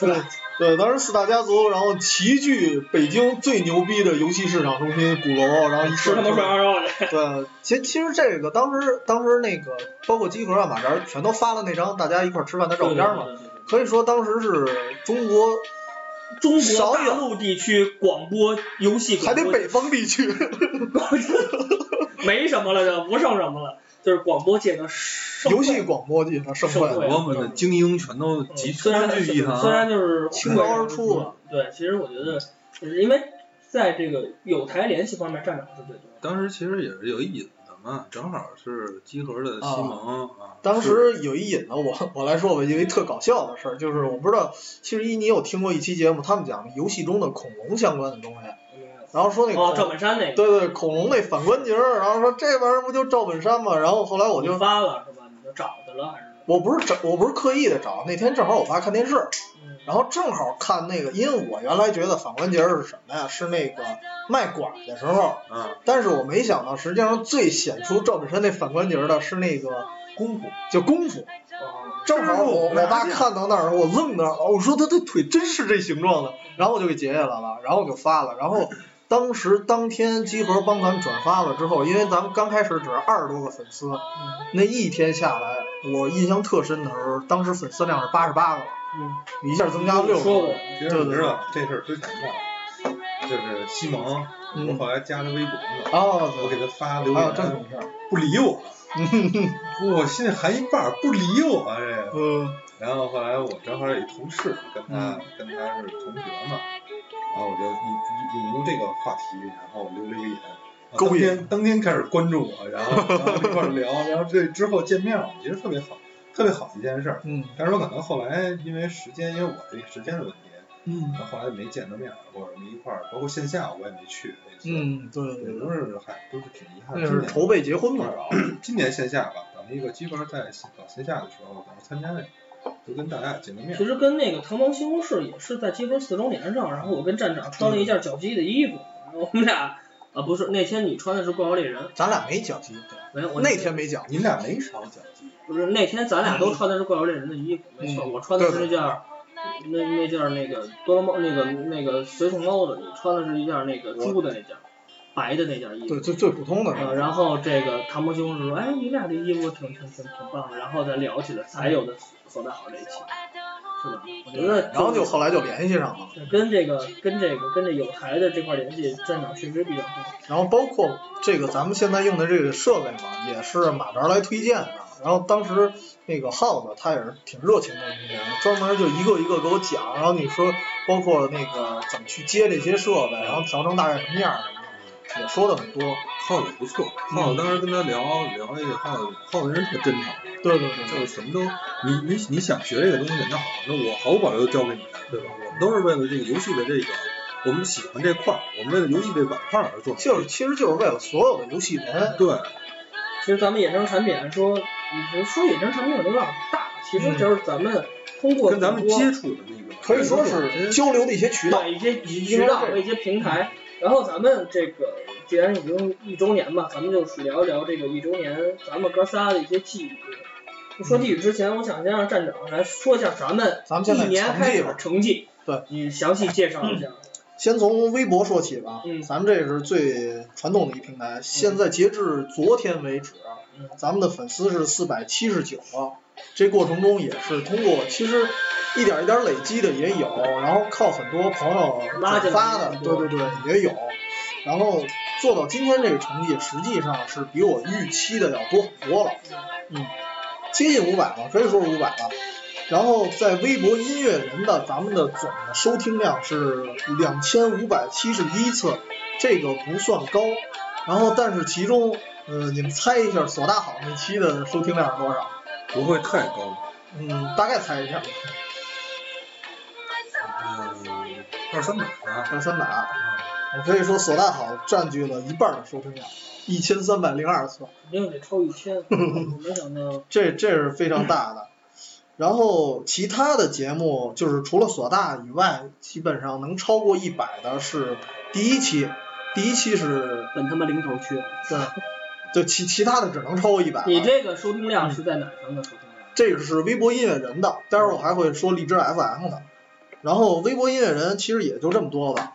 对对，当时四大家族，然后齐聚北京最牛逼的游戏市场中心鼓楼，然后一吃他妈涮羊肉去。对，其其实这个当时当时那个包括集合啊、马扎全都发了那张大家一块儿吃饭的照片嘛，对。对对对对可以说当时是中国 中少国大有陆地区广播游戏还广得播北方地区， 没什么了，就不剩什么了，就是广播界的盛游会戏广播界的盛盛会会。我们的精英全都嗯集虽然欢聚一啊堂。虽然就是倾巢而出啊了，对，其实我觉得，就是因为在这个有台联系方面站长是最多的。当时其实也是有引的嘛，正好是集合的西蒙啊。当是时有一引的我我来说吧，一个特搞笑的事儿，就是我不知道，其实一你有听过一期节目，他们讲游戏中的恐龙相关的东西，然后说那个哦，恐赵本山那个，对对恐龙那反关节儿，然后说这玩意儿不就赵本山吗？然后后来我就你发了是吧？你就找去了还是？我不是找，我不是刻意的找。那天正好我爸看电视，嗯然后正好看那个，因为我原来觉得反关节是什么呀？是那个卖拐的时候，啊，但是我没想到，实际上最显出赵本山那反关节的是那个功夫，叫功夫。哦，正好我是我爸看到那儿，我愣那儿，我说他这腿真是这形状的，然后我就给截下来了，然后我就发了，然后当时当天集合帮咱们转发了之后，因为咱们刚开始只是二十多个粉丝，那一天下来，我印象特深的时候，当时粉丝量是八十八个了，嗯，一下增加六说十，过，其实你知道这事儿之前吧，就是西蒙，我嗯，后来加他微博嘛，哦，我给他发留还有言，这嗯么回事儿，不理我，我心里含一半儿不理我啊这个。嗯然后后来我正好有一同事跟他、跟他是同学嘛，然后我就引引引用这个话题，然后我留了一个言。啊勾当引天当天开始关注我，然后然后一块儿聊，然后这之后见面，我觉得特别好，特别好的一件事儿。嗯但是我可能后来因为时间，因为我这个时间的问题，嗯然后后来没见着面，或者没一块儿，包括线下我也没去。那次，嗯，对对，对都对，是还都是挺遗憾。那的。是今年筹备结婚嘛，今年线下吧，咱们一个基本上在搞线下的时候，咱们参加那个，就跟大家见个面其。实跟那个唐蒙西红柿也是在积分四周年上，然后我跟站长穿了一件脚鸡的衣服，然后我们俩啊不是那天你穿的是怪物猎人，咱俩没讲机，没有我对那天没讲，你俩没少讲究，不是那天咱嗯俩都穿的是怪物猎人的衣服，没错，我穿的是那件儿。那那件儿那个哆啦 A 梦那个那个随从猫的，你穿的是一件那个猪的那件儿，白的那件衣服。对，最最普通的那呃，个，然后这个唐伯兄说：“哎，你俩这衣服挺挺挺挺棒的。”然后再聊起来，才有的走到好这一期，是吧？我觉得，然后就后来就联系上了。跟这个跟这个跟这有台的这块联系，站长确实比较多。然后包括这个咱们现在用的这个设备嘛，也是马达来推荐的。然后当时那个耗子他也是挺热情的一个人，专门就一个一个给我讲。然后你说包括那个怎么去接这些设备，然后调成大概什么样儿的，也说的很多。耗子不错，耗子当时跟他聊聊这个耗子，耗子人特真诚，对对就是对，什么都，你你你想学这个东西，那好，那我毫无保留地教给你，对吧？我们都是为了这个游戏的这个，我们喜欢这块儿，我们为了游戏这板块儿而做。就是其实就是为了所有的游戏人，对，其实咱们衍生产品啊说，你说衍生产品有多大？其嗯实就是咱们通过跟咱们主播接触的那个，可以说是交流的一些渠道把。一些渠道和一些平台。然后咱们这个既然已经一周年嘛，咱们就聊一聊这个一周年咱们哥仨的一些记忆。就说记忆之前，我想先让站长来说一下咱们嗯咱们一现在年成开绩始吧的，成绩，对，你详细介绍一下。先从微博说起吧，嗯咱们这是最传统的一平台。现在截至昨天为止，嗯咱们的粉丝是四百七十九啊。这过程中也是通过其实一点一点累积的也有，然后靠很多朋友拉转进来发的很，对多对对，也有。然后做到今天这个成绩，实际上是比我预期的要多很多了，嗯，接近五百了，可以说是五百了。然后在微博音乐人的咱们的总的收听量是两千五百七十一次，这个不算高。然后但是其中，呃，你们猜一下索大好那期的收听量是多少？不会太高吧，嗯，大概猜一下，嗯，二三百吧，二三百。啊我可以说索大好占据了一半的收听量，一千三百零二次。肯定得超一 千，我没想到。这这是非常大的。然后其他的节目就是除了索大以外，基本上能超过一百的是第一期，第一期是本他妈零头缺，对，就其其他的只能超过一百。你这个收听量是在哪上的收听量？这个是微博音乐人的，待会儿我还会说荔枝 FM 的。然后微博音乐人其实也就这么多吧。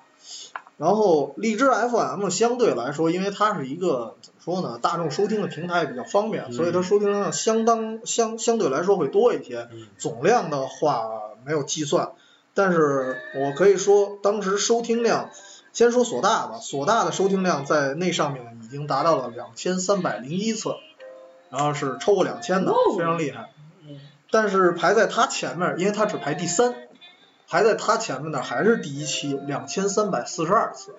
然后荔枝 FM 相对来说，因为它是一个怎么说呢，大众收听的平台也比较方便，所以它收听量相当相相对来说会多一些。嗯，总量的话没有计算，但是我可以说当时收听量，先说索大吧，索大的收听量在那上面已经达到了两千三百零一次，然后是超过两千的哦，非常厉害。嗯，但是排在他前面，因为他只排第三，排在他前面的还是第一期两千三百四十二次，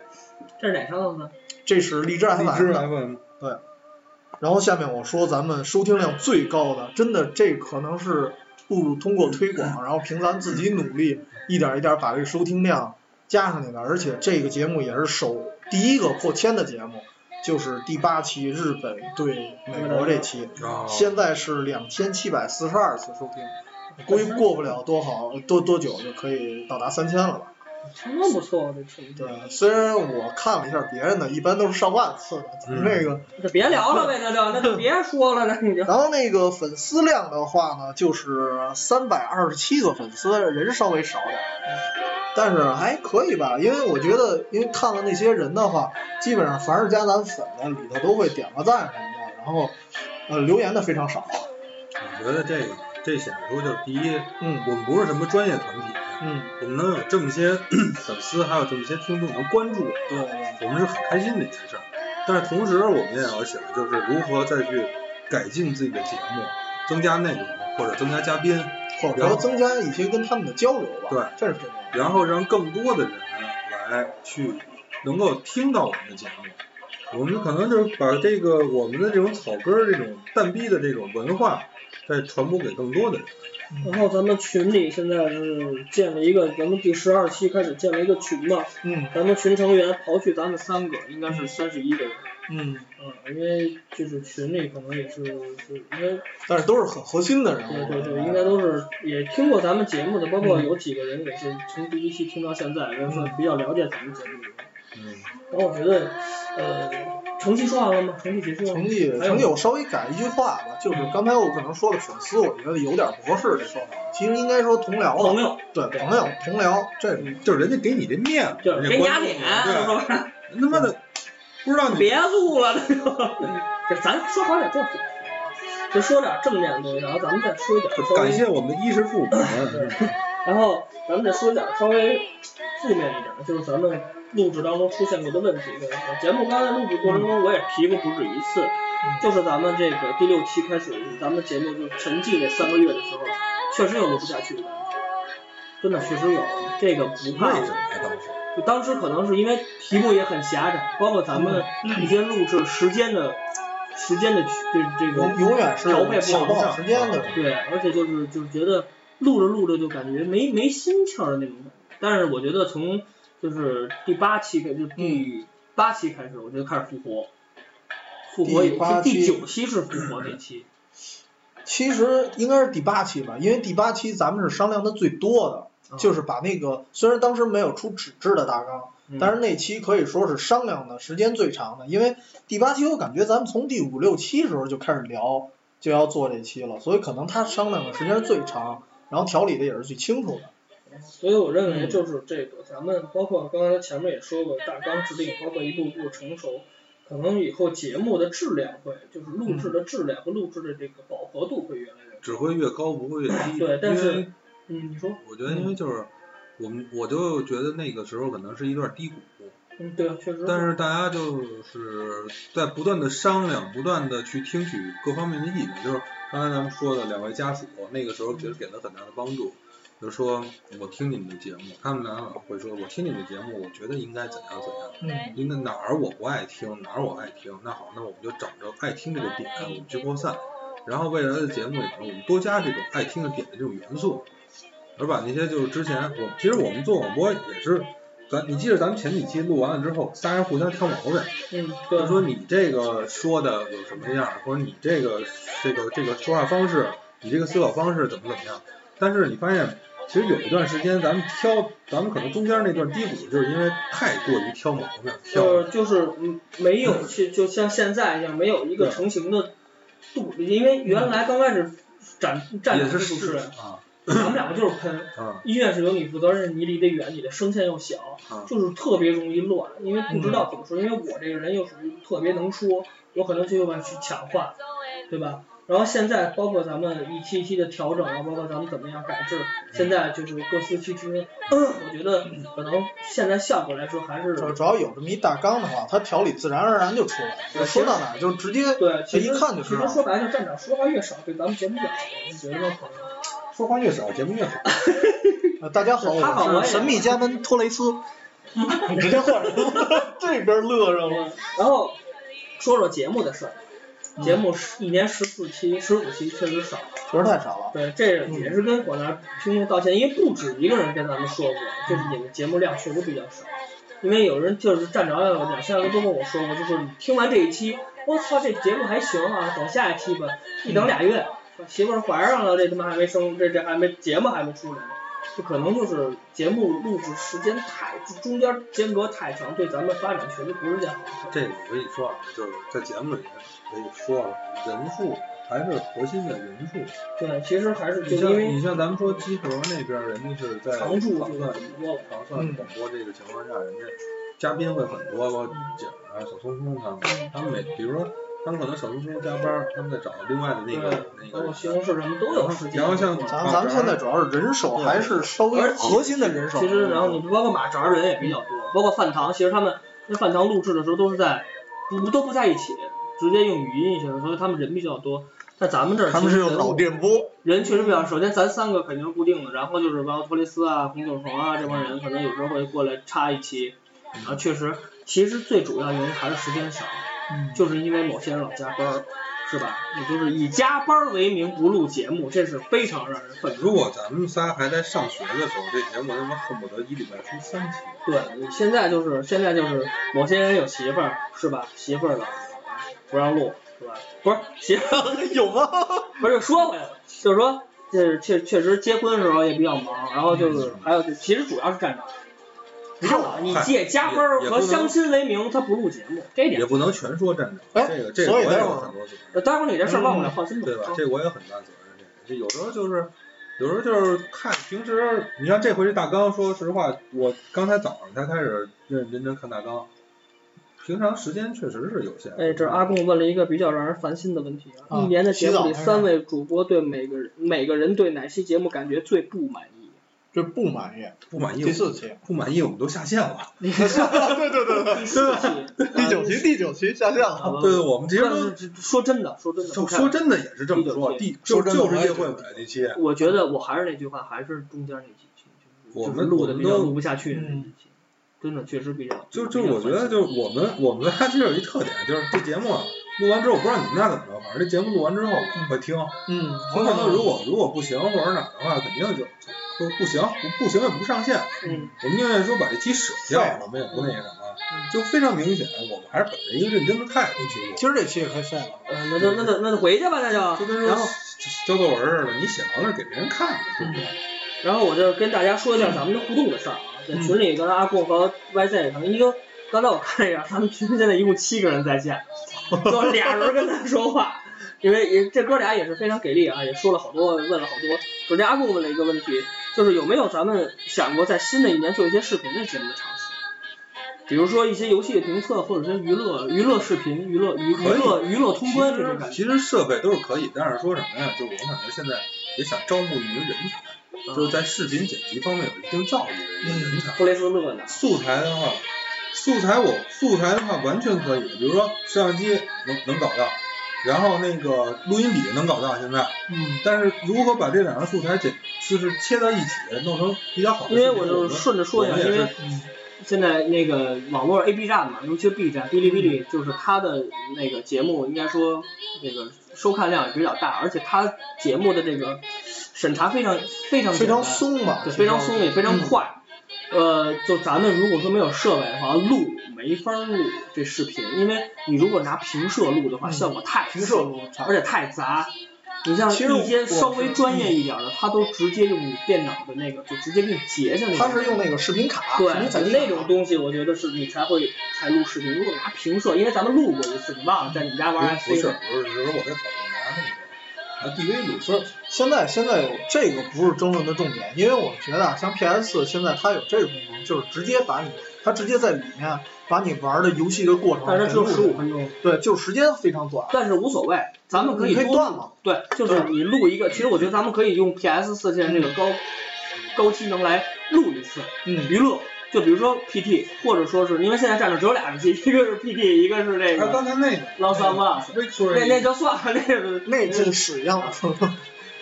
这是哪上的呢？这是荔枝荔枝 FM 的。 FM 然后下面我说咱们收听量最高的，真的这可能是不通过推 广，然后凭咱自己努力，一点一点把这个收听量加上去的。而且这个节目也是首第一个破千的节目，就是第八期日本对美国这期，啊，现在是两千七百四十二次收听，估计过不了多好多多久就可以到达三千了吧。相当不错，这挺对，虽然我看了一下别人的，一般都是上万次的，嗯那个。就别聊了呗，那就那就别说了，那 你就然后那个粉丝量的话呢，就是三百二十七个粉丝，人稍微少点儿，但是还可以吧，因为我觉得，因为看了那些人的话，基本上凡是加咱粉的里头都会点个赞什么的，然后呃留言的非常少。我觉得这个这显示出就是第一，嗯我们不是什么专业团体，嗯，我们能有这么些 粉丝，还有这么些听众能关注我们，对对我们是很开心的一件事儿。但是同时，我们也要想，就是如何再去改进自己的节目，增加内容或者增加嘉宾，或者说增加一些跟他们的交流吧。对，这是重要的。然后让更多的人来去能够听到我们的节目。我们可能就是把这个我们的这种草根儿、这种蛋逼的这种文化，再传播给更多的人。然后咱们群里现在是建了一个，咱们第十二期开始建了一个群嘛，嗯咱们群成员刨去咱们三个，应该是三十一个人。嗯，嗯，因为就是群里可能也是，是因为但是都是很核心的人对物。嗯对对，应该都是也听过咱们节目的，包括有几个人也是从第一期听到现在，也是比较了解咱们节目的人。嗯，然后我觉得，呃，成绩说完了吗？成绩结束了吗成？绩还有成绩，我稍微改一句话吧，就是刚才我可能说了粉丝，我觉得有点不合适这说法，其实应该说同僚朋了，友，对朋友同僚，这嗯是就是人家给你这面子，就是给你压关注脸，你是 对，吧？他妈的不知道你别录了，这 就这咱说好点正经，就说点正面的东西，然后咱们再说一点稍微 感谢我们的衣食父母。然后咱们再说一点稍微负面一点的，就是咱们录制当中出现过的问题。对吧节目刚才录制过程中，我也提过不止一次，就是咱们这个第六期开始，咱们节目就沉寂那三个月的时候，确实有录不下去的感觉，真的确实有。这个不怕，为什么呀？当时就当时可能是因为题目也很狭窄，包括咱们嗯一些录制时间的时间的这这个永永远是调配不抢不好。好时间的。对，而且就是就是觉得录着录着就感觉没没心气儿的那种感觉。但是我觉得从就是第八期开，就是嗯第八期开始，我觉得开始复活，复活第以八后期第九期是复活那期，其实应该是第八期吧，因为第八期咱们是商量的最多的，嗯就是把那个虽然当时没有出纸质的大纲，嗯但是那期可以说是商量的时间最长的，因为第八期我感觉咱们从第五六期时候就开始聊就要做这期了，所以可能他商量的时间是最长，然后调理的也是最清楚的。所以我嗯认为就是这个，咱们包括刚才前面也说过，大纲制定，包括一步步成熟，可能以后节目的质量会，就是录制的质量和录制的这个饱和度会越来越高。只会越高不会越低。对但是因为嗯，你说，我觉得，因为就是我们，我就觉得那个时候可能是一段低谷，嗯，对，确实。但是大家就是在不断的商量，不断的去听取各方面的意见。就是刚才咱们说的两位家属，那个时候其实给了很大的帮助。就说我听你们的节目，他们俩会说，我听你们的节目，我觉得应该怎样怎样，嗯应该哪儿我不爱听，哪儿我爱听。那好，那我们就找着爱听这个点，我们去扩散。然后未来的节目里头，我们多加这种爱听的点的这种元素，而把那些就是之前我其实我们做广播也是，咱你记得咱们前几期录完了之后，仨人互相挑毛病，嗯，对就，说你这个说的有什么样儿，或者你这个这个这个说话方式，你这个思考方式怎么怎么样。但是你发现，其实有一段时间咱们挑，咱们可能中间那段低谷，就是因为太过于挑毛病，挑就是就是嗯没有去，就像现在一样，没有一个成型的度，因为原来刚开始站站嗯也两个是主持是人，啊咱们两个就是喷。啊医院是由你负责任，你离得远，你的声线又小，啊，就是特别容易乱，因为不知道怎么说。因为我这个人又属于特别能说，我可能就会去抢话，对吧？然后现在包括咱们一期一期的调整啊，包括咱们怎么样改制，现在就是各司其职。我觉得可能现在效果来说还是主主要有这么一大纲的话，它调理自然而然就出来了，就说到哪儿就直接对，其一实看就其知实道。说白了，站长说话越少，对咱们节目越好，你觉得呢？朋友说话越少，节目越好。呃大家好，他好我我是也神秘嘉宾托雷斯。你直接换人了， 这边乐上了。 然后说说节目的事儿，节目十一年十四期、十五期确实少，确实太少了。对，这也是跟广大听众道歉，因为不止一个人跟咱们说过，就是你的节目量确实比较少，因为有人就是站着了两三个都跟我说过，就是你听完这一期，我操，这节目还行啊，等下一期吧，一等俩月，媳妇儿怀上了，这他妈还没生，这这还没节目还没出来呢，就可能就是节目录制时间太中间间隔太长，对咱们发展确实不是件好事。 这个我跟你说啊，就是在节目里我跟你说了，人数还是核心的人数。对，其实还是就你因像为你像咱们说集合那边儿，人家是嗯在常驻长这个算直播了，长算广播这个情况下，人家嘉宾会很多，包括景儿啊、小松松他们，他们每比如说他们可能小松松加班儿，他们再找另外的那个那包括个西红柿什么都有时间。然后像咱咱们现在主要是人手还是稍微而且核心的人手。嗯其实，然后你包括马扎人也比较多，包括饭堂，其实他们那饭堂录制的时候都是在不都不在一起，直接用语音一起的，所以他们人比较多。但咱们这儿他们是其用实人脑电波，人确实比较，首先咱三个肯定是固定的，然后就是包括托雷斯啊、红酒虫啊这帮人，可能有时候会过来插一期。啊，确实，其实最主要原因还是时间少，就是因为某些人老加班儿，是吧？也就是以加班儿为名不录节目，这是非常让人愤怒。如果咱们仨还在上学的时候，这节目他妈恨不得一礼拜出三期。对，你现在就是现在就是某些人有媳妇儿，是吧？媳妇儿了不让录，是吧？不是媳妇儿 有吗？不是说回来了，就是说，就是确确实结婚的时候也比较忙，然后嗯就是还有就其实主要是干啥？他老你借加班儿也也和不能相亲为名，他不录节目，这一也点。不能全说站长，哎这个这个所我以也待有会儿很多责任，呃待会儿你这事儿忘不了，放心吧。嗯对吧啊？这我也很大责任，这个这有时候就是，有时候就是看平时，你像这回这大纲，说实话，我刚才早上才开始认认真真看大纲，平常时间确实是有限。哎，这阿贡问了一个比较让人烦心的问题啊！啊一年的节洗目澡里，还是三位主播对每个人每个人对哪期节目感觉最不满 意？这不满意。不满意，第四 期，不满意，我们都下线了。对对对对，第四 期，第九期第九期下线了。啊，对，我们直接但都是说真的，说真的，就不看说真的也是这么说，第第就说真的就是我也觉叶得问改那期，我觉得我还是那句话，还是中间那几期，就是我们就是录的比较我们都录不下去的那嗯几期，真的确实比较。就比就较我觉得烦心就是我们我们仨其实有一特点，就是这节目啊录完之后，我不知道你们俩怎么着，反正这节目录完之后我会听。嗯，从头到如果如果不行或者哪儿的话，肯定就说不行，不不行也不上线。嗯，我们宁愿说把这期舍废掉了，我们也不那个什么。就非常明显，我们还是本着一个认真的态度去录，今儿这期也快废了。呃，那就那就那就回去吧，那就。就跟然说后交作文似的，你写完了给别人看的，对不对？嗯然后我就跟大家说一下咱们的互动的事儿啊，在嗯群里刚才阿贡和 YZ 可能一个，刚才我看一下，咱们群现在一共七个人在线，就俩人跟他说话，因为也这哥俩也是非常给力啊，也说了好多，问了好多。首先阿贡问了一个问题，就是有没有咱们想过在新的一年做一些视频类节目的尝试？比如说一些游戏的评测，或者是娱乐娱乐视频、娱乐娱娱乐娱乐通关这种感觉。其实设备都是可以，但是说什么呀？就我们感觉现在也想招募一名人嗯啊才，就是在视频剪辑方面有一定造诣的一个人才。布雷斯乐呢？素材的话，素材我素材的话完全可以，比如说摄像机能能搞到，然后那个录音笔能搞到现在，嗯，但是如何把这两个素材剪就是切到一起，弄成比较好的因视频，为我就是顺着说一下，我因们也为是嗯现在那个网络 A B 站嘛，尤其是 B 站、哔哩哔嗯哩，就是它的那个节目，应该说那个收看量也比较大，而且它节目的这个审查非常非常非简常，单松嗯吧，对，非常松也非常快。呃，就咱们如果说没有设备的话，录没法录这视频，因为你如果拿平摄录的话，嗯效果太平射路差而且太杂。你像其实一些我稍微专业一点的，他都直接用你电脑的那个，就直接给你截下来。他是用那个视频卡，对视频，就采集那卡种东西，我觉得是你才会才录视频。如果拿平摄，因为咱们录过一次，你忘了在你们家玩 FC 不是不是，就是我在考虑拿那个拿 DV 录哎不是，现在现在有这个不是争论的重点，因为我觉得啊，像 PS 现在它有这种功能，就是直接把你，它直接在里面啊把你玩的游戏的过程但是只有全十录五进去，分钟，对，就是时间非常短，但是无所谓，咱们可以你可以多断嘛，对，就是你录一个，其实我觉得咱们可以用 PS 四现在这个高高机能来录一次嗯，娱乐，就比如说 PT，或者说是因为现在站上只有俩游戏，一个是 PT，一个是这哎，个刚才那个 Lost of Us， v i c t o 那 r 那 y 就算了，那是那这个屎一样。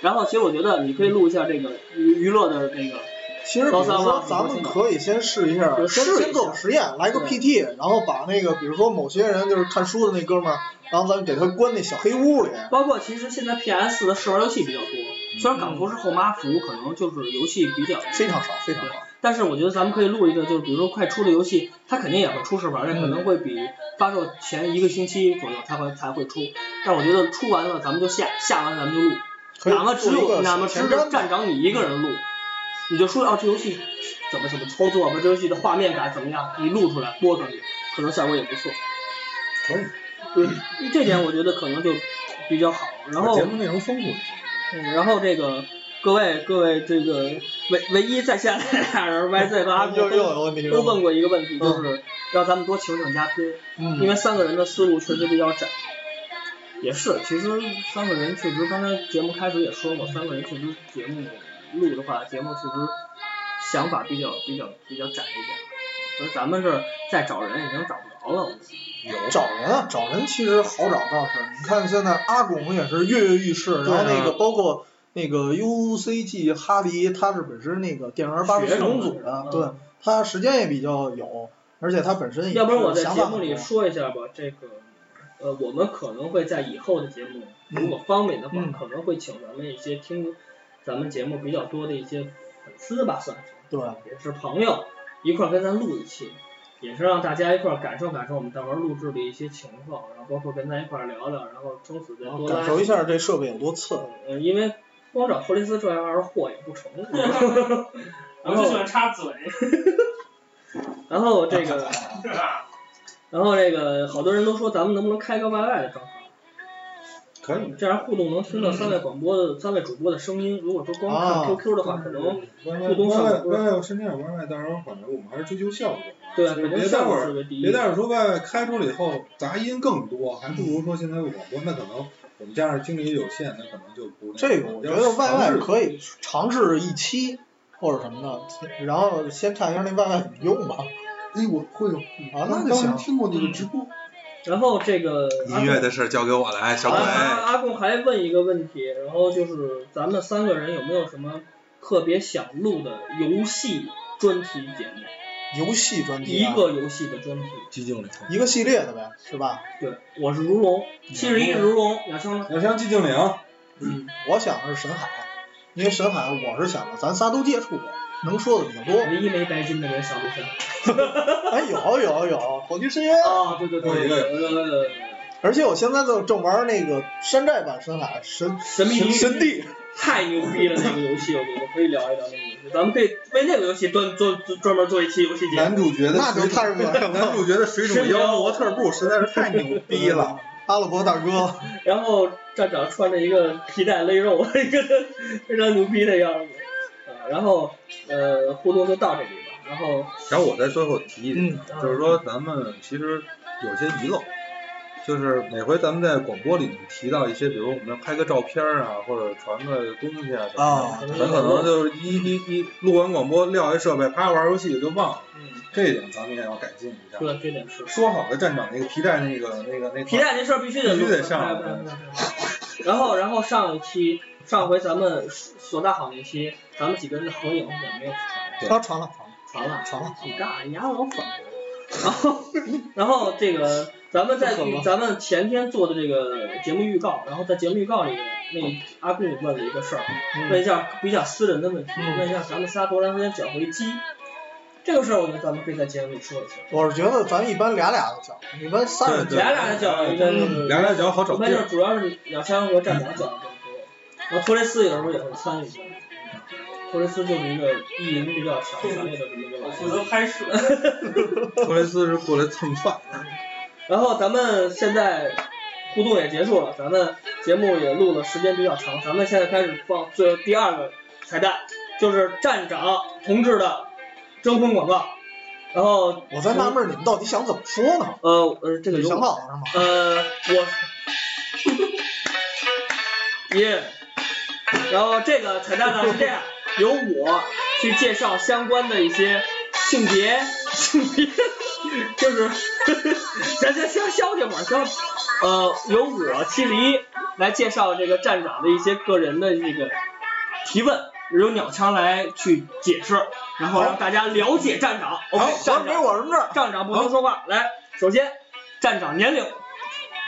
然后其实我觉得你可以录一下这个娱娱乐的那个，其实比如说咱们可以先试一下，先先做个实验，来个 PT，然后把那个比如说某些人就是看书的那哥们儿，然后咱给他关那小黑屋里，包括其实现在 PS 的试玩游戏比较多，虽然港服是后妈服，可能就是游戏比较非常少，非常少。但是我觉得咱们可以录一个，就是比如说快出的游戏，它肯定也会出试玩，这可能会比发售前一个星期左右才会才会出。但我觉得出完了咱们就下，下完咱们就录，可以哪怕只做一有个哪怕只前有瞻吧站长你一个人录，你就说哦，这游戏怎么怎么操作，或者这游戏的画面感怎么样，你录出来播出去，可能效果也不错。可以。对，这点我觉得可能就比较好。然后节目内容丰富一些。嗯，然后这个各位各位这个唯唯一在线的俩人 YZ 和阿布 又又有问题都了。问过一个问题，就是让咱们多请请嘉宾，因嗯，为三个人的思路确实比较窄。也是，其实三个人确实，刚才节目开始也说过，三个人确实节目录的话，节目确实想法比较比较比较窄一点。而咱们是再找人已经找不着了，我觉得找人啊，找人其实好找倒是，你看现在阿拱也是跃跃欲试，然对后啊那个包括那个 UCG 哈迪，他是本身那个电玩八十学四生重嘛组的嗯，对他时间也比较有，而且他本身也要不然是我在想节法目很里多说一下吧，这个，呃，我们可能会在以后的节目，如果方便的话，嗯可能会请咱们一些听咱们节目比较多的一些粉丝吧，算是对，也是朋友，一块儿跟咱录一期，也是让大家一块儿感受感受我们到时候录制的一些情况，然后包括跟咱一块儿聊聊，然后争取再多拉哦感受一下这设备有多次。呃，因为光找托雷斯这样二货也不 成。我然就喜后，欢插嘴，然后这个， 然后这个，好多人都说咱们能不能开个 YY 的账号？可以，这样互动能听到三位广播的、三位主播的声音。如果说光看啊 QQ 的话，嗯可能歪歪互动效歪果歪歪，甚至有歪歪，但是我感觉我们还是追求效果。对啊，就是肯定别效待会果儿是个第别一。待会儿说歪歪开出来以后杂音更多，还不如说现在广播，那可能我们加上精力有限，那可能就不这个我觉得外卖可以尝试一期或者什么的，然后先看一下那外卖怎么用吧。哎，我会有啊，那就行。嗯听过你的直播，然后这个音乐的事儿交给我来，小阿鬼阿。啊阿阿贡还问一个问题，然后就是咱们三个人有没有什么特别想录的游戏专题节目？游戏嗯专题、一啊，个游戏的专题。寂静岭，一个系列的呗，是吧？对，我是如龙，七十嗯一如龙，雅生呢？两箱寂静岭，嗯我想的是神海，因为神海我是想的，咱仨都接触过，能说的比较多。唯一没白金的人小鹿山。哎，有有有，火炬深渊。啊，对对对，呃，而且我现在正正玩那个山寨版深海神神秘神之神帝，太牛逼了那个游戏，我觉得可以聊一聊那个游戏，咱们可以为那个游戏专做专门做一期游戏 节目。男主角的那就太热 了。男主角的水是煮吗腰模特步实在是太牛 逼了。阿拉伯大哥，然后站长穿着一个皮带勒肉，一个非常牛逼的样子。呃然后呃，互动就到这里吧。然后然后我在最后提一点，嗯就是说咱们其实有些遗漏，就是每回咱们在广播里面提到一些，比如我们要拍个照片啊，或者传个东西啊什么啊的，咱可能就是一一一录完广播撂一设备，啪玩游戏就忘了，嗯，这一点咱们也要改进一下。对，这点是说好的站长那个皮带那个那个那皮块儿，带这事儿必须得录必须得上哎不不不不然后，然后上一期，上回咱们所大好那期，咱们几个人的合影也没有传，他嗯传了传了传了。传了，你干啥？你丫老反驳。然后， 然后这个咱们在这狠了咱们前天做的这个节目预告，然后在节目预告里，那阿贡问了一个事儿，问一下比较私人的问题，嗯问一下咱们仨多长时间捡回鸡？这个事儿我觉得咱们可以在节目里说一下。我是觉得咱一般俩俩的讲，一般仨人对讲。俩俩的脚应该就是，两两脚好找一地般就儿是。主要是两千和站长脚比较多，然后托雷斯有时候也会参与一下。托雷斯就是一个意淫比较强强烈的这么一个我玩负意儿责。拍摄。托雷斯是过来蹭饭，然后咱们现在互动也结束了，咱们节目也录了时间比较长，咱们现在开始放最第二个彩蛋，就是站长同志的征婚广告。然后 我在纳闷儿你们到底想怎么说呢？呃呃这个想有好是吗？呃 我耶，然后这个彩蛋呢是这样，由我去介绍相关的一些性别 性别，就是咱先先消停会儿，消呃，由我七十一来介绍这个站长的一些个人的这个提问，由鸟枪来去解释，然后让大家了解站长。OK，咱站没长，我什么事儿。站长不能说话。来，首先站长年龄，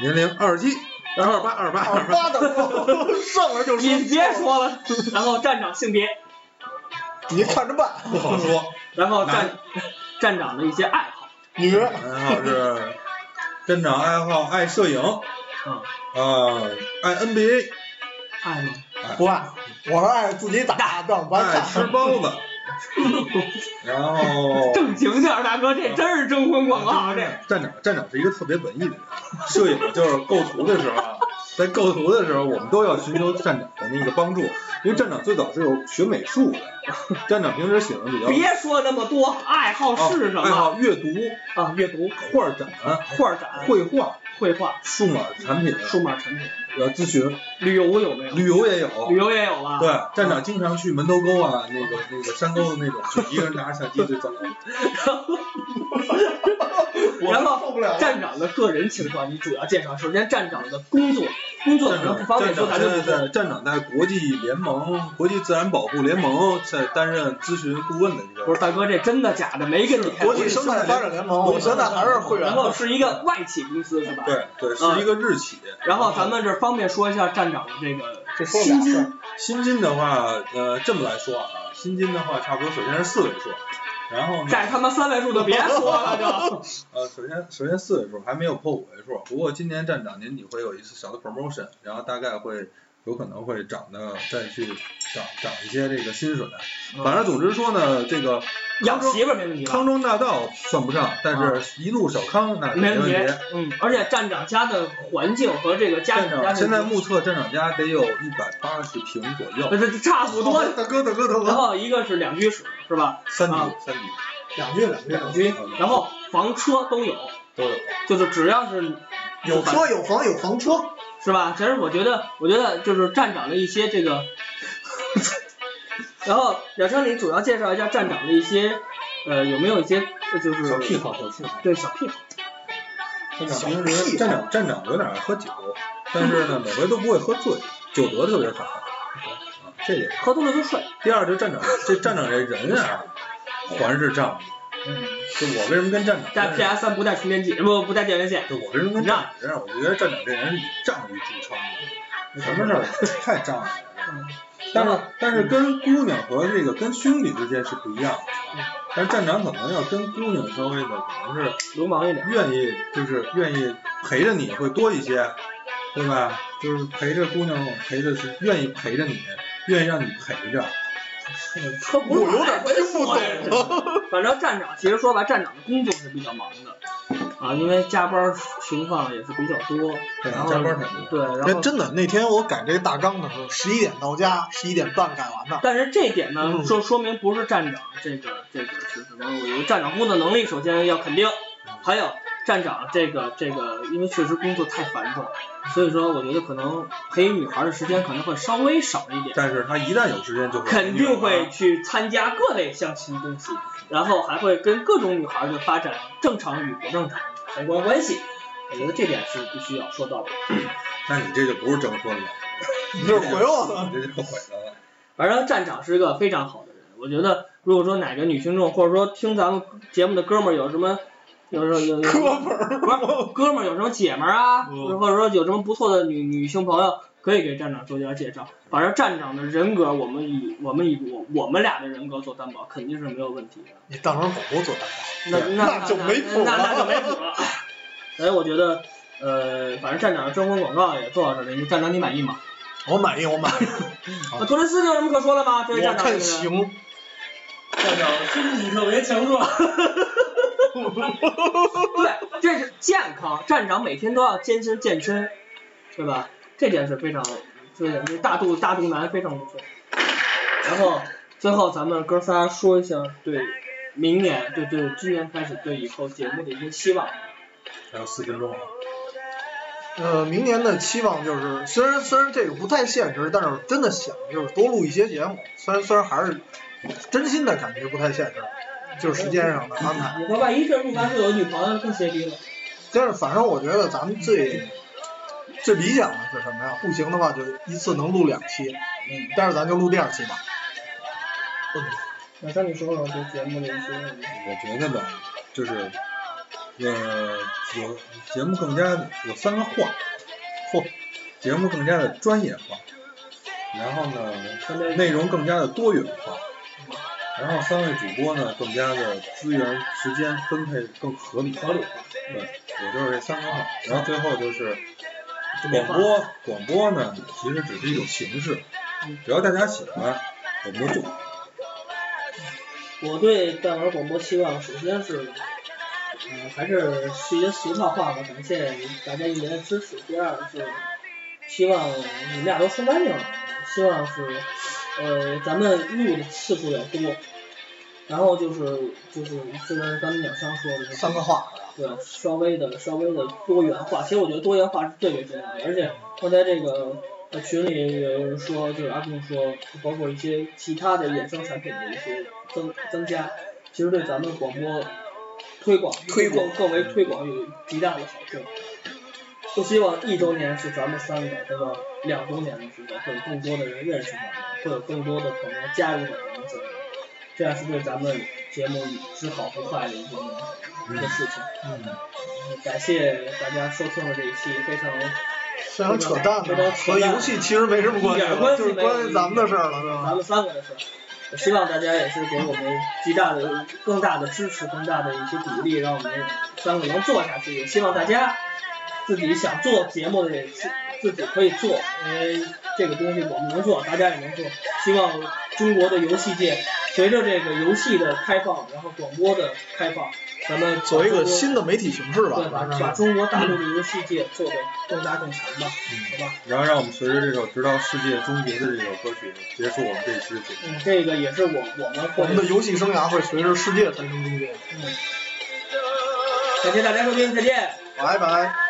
年龄二十七，二八二八二二八，八的肉上来就说你别，说了。 然后站长性别，你看着办。不好说。 然后男站站 长的一些爱好，女，爱好是站长爱好爱摄影，嗯，啊，爱 NBA，爱吗？ 哎不爱，我是爱自己打仗，不爱爱吃看。包子，然 后正经点儿，大哥，这真是征婚广告，这站长，站长嗯是一个特别文艺的人，摄影就是构图的时候啊，在构图的时候，我们都要寻求站长的那个帮助，因为站长最早是有学美术的，站长平时喜欢比较啊别说那么多，爱好是什哦爱么好阅读、啊？阅读、画展、画展、绘画、绘画、数码产品、数码产品、呃咨询、旅游有没有？旅游也有。旅游也有吧？对，站长经常去门头沟啊，那个那个山沟的那种，就一个人拿着相机就走。然后受不了了。站长的个人情况，你主要介绍。首先，站长的工作，工 作可能不方便站说，长咱现就不在说。在站长在国际联盟、国际自然保护联盟在担任咨询顾问的一不个是大哥，这真的假的？没跟你开国际生态发展联盟，我现在还是会员然。后是一个外企公司是吧？。对对，是一个日企。嗯呃然后咱们这儿方便说一下站长的这个这说了俩事儿，新津的话，呃，这么来说啊，新津的话，差不多首先是四位数，然后在呢，他妈三位数就别说了，就呃，首先首先四位数还没有破五位数，不过今年站长年底会有一次小的 promotion，然后大概会有可能会涨的再去涨涨一些这个薪水。 反正总之说呢，这个养康庄媳妇儿没问题吧康？庄大道算不上，但是一路小康那是啊没问问题题。，嗯，而且站长家的环境和这个家站长家长现在的，目测站长家得有一百八十平左右，这差不多。大哥大哥大然哥，后一个是两居室是吧？三居啊三居两句两句两两句，居，然后房车都有，都有。就是只要是有车有房有房车，是吧？其实我觉得，我觉得就是站长的一些这个， 然后小车，你主要介绍一下站长的一些，呃，有没有一些呃就是小癖好，小癖好。对小癖好，站长平时站长站长有点爱喝酒，但是 呢每回都不会喝醉，酒德特别好。啊这点。喝多了就睡。第二就是站长，这站长这人啊，还是仗义。嗯就我为什么跟站长带认识 PS 三不带充电器，不不带电源线，就我这人跟站长这样，我觉得站长这人是以仗义著称的，什么事 儿太仗义了。但是但是跟姑娘和这个跟兄弟之间是不一样的啊。但是站长可能要跟姑娘稍微的，可能是流氓一点。愿意就是愿意陪着你会多一些，对吧？就是陪着姑娘，陪着是愿意陪着你，愿意让你陪着。车不是有点听不懂。反正站长其实说白，站长的工作是比较忙的。啊，因为加班情况也是比较多，对然后加班挺多。对，然那后真的，那天我改这大纲的时候，十一点到家，十一点半改完的。但是这点呢，嗯说说明不是站长这个这个是什么？我觉得站长工作能力首先要肯定，还有站长这个这个，因为确实工作太繁重，所以说我觉得可能陪女孩的时间可能会稍微少一点，但是他一旦有时间就会肯定会去参加各类相亲公司，然后还会跟各种女孩的发展正常与不正常相关关系。我觉得这点是必须要说到的，那你这就不是征婚了，你这回我呢？你这就毁了。反正站长是个非常好的人，我觉得如果说哪个女听众或者说听咱们节目的哥们儿有什么，有有有有哥们儿，不是哥们儿有什么姐们儿啊，嗯或者说有什么不错的女女性朋友，可以给站长做点介绍。反正站长的人格，我们以我们以我我们俩的人格做担保，肯定是没有问题的。你当成广播做担那那那就没谱了那那就没谱了。 所以我觉得，呃，反正站长的征婚广告也做到这里，你站长你满意吗？保，我满意，我满意，啊，托雷斯有什么可说的吗？对于我站长这看个 人。行。 站长身体特别强壮。对，这是健康。站长每天都要健身健身，对吧？这点是非常，对，这大肚大肚腩非常不错。然后最后咱们哥仨说一下对明年，对对，今年开始对以后节目的一些希望。还有四分钟啊，呃，明年的期望就是，虽然虽然这个不太现实，但是真的想就是多录一些节目。虽然虽然还是真心的感觉不太现实，就是时间上的安排。你说万一这录完之后有女朋友更邪逼了？但是反正我觉得咱们最最理想的是什么呀？不行的话就一次能录两期，嗯，但是咱就录第二期吧。那像你说说对节目的一些，我觉得吧，就是，呃，有节目更加有三个话，嚯，节目更加的专业化，然后呢，内容更加的多元化，然后三位主播呢更加的资源时间分配更合理，合理，对，我就是这三个话，然后最后就是广播，广播呢其实只是一种形式，只要大家喜欢，我们就做。我对蛋玩广播期望，首先是，呃，还是一些俗套话吧，感谢大家一年的支持。第二是，希望你们俩都说干净了，希望是，呃，咱们录的次数要多。然后就是就是就跟刚才鸟枪说的，三个话，对，稍微的稍微的多元化。其实我觉得多元化是最为重要的，而且刚才这个呃群里有人说，就是阿斌说，包括一些其他的衍生产品的一些增增加，其实对咱们广播推广推广更更为推广有极大的好处。不希望一周年是咱们三个，对吧？两周年的时候，会有更多的人认识咱们，会有更多的朋友加入咱们节目，这样是对咱们节目之好不坏的一个一个事情。感谢大家收听了这一期非常非常扯淡非的，常扯和淡游戏其实没什么关系一点关了，系就是没有关于咱们的事儿了，是咱吧？们三个的事儿。我希望大家也是给我们极大的、更大的支持、更大的一些鼓励，让我们三个能做下去。也希望大家自己想做节目的也自自己可以做，因为这个东西我们能做，大家也能做。希望中国的游戏界随着这个游戏的开放，然后广播的开放，咱们作为一个中国新的媒体形式吧，对把反正把中国大陆的游戏界做得更大更强吧，嗯好吧？然后让我们随着这首《直到世界终结》的这首歌曲结束我们这一期的节目。嗯，这个也是我我们我会们的游戏生涯会随着世界产生终结。嗯，感谢大家收听，再见。拜拜。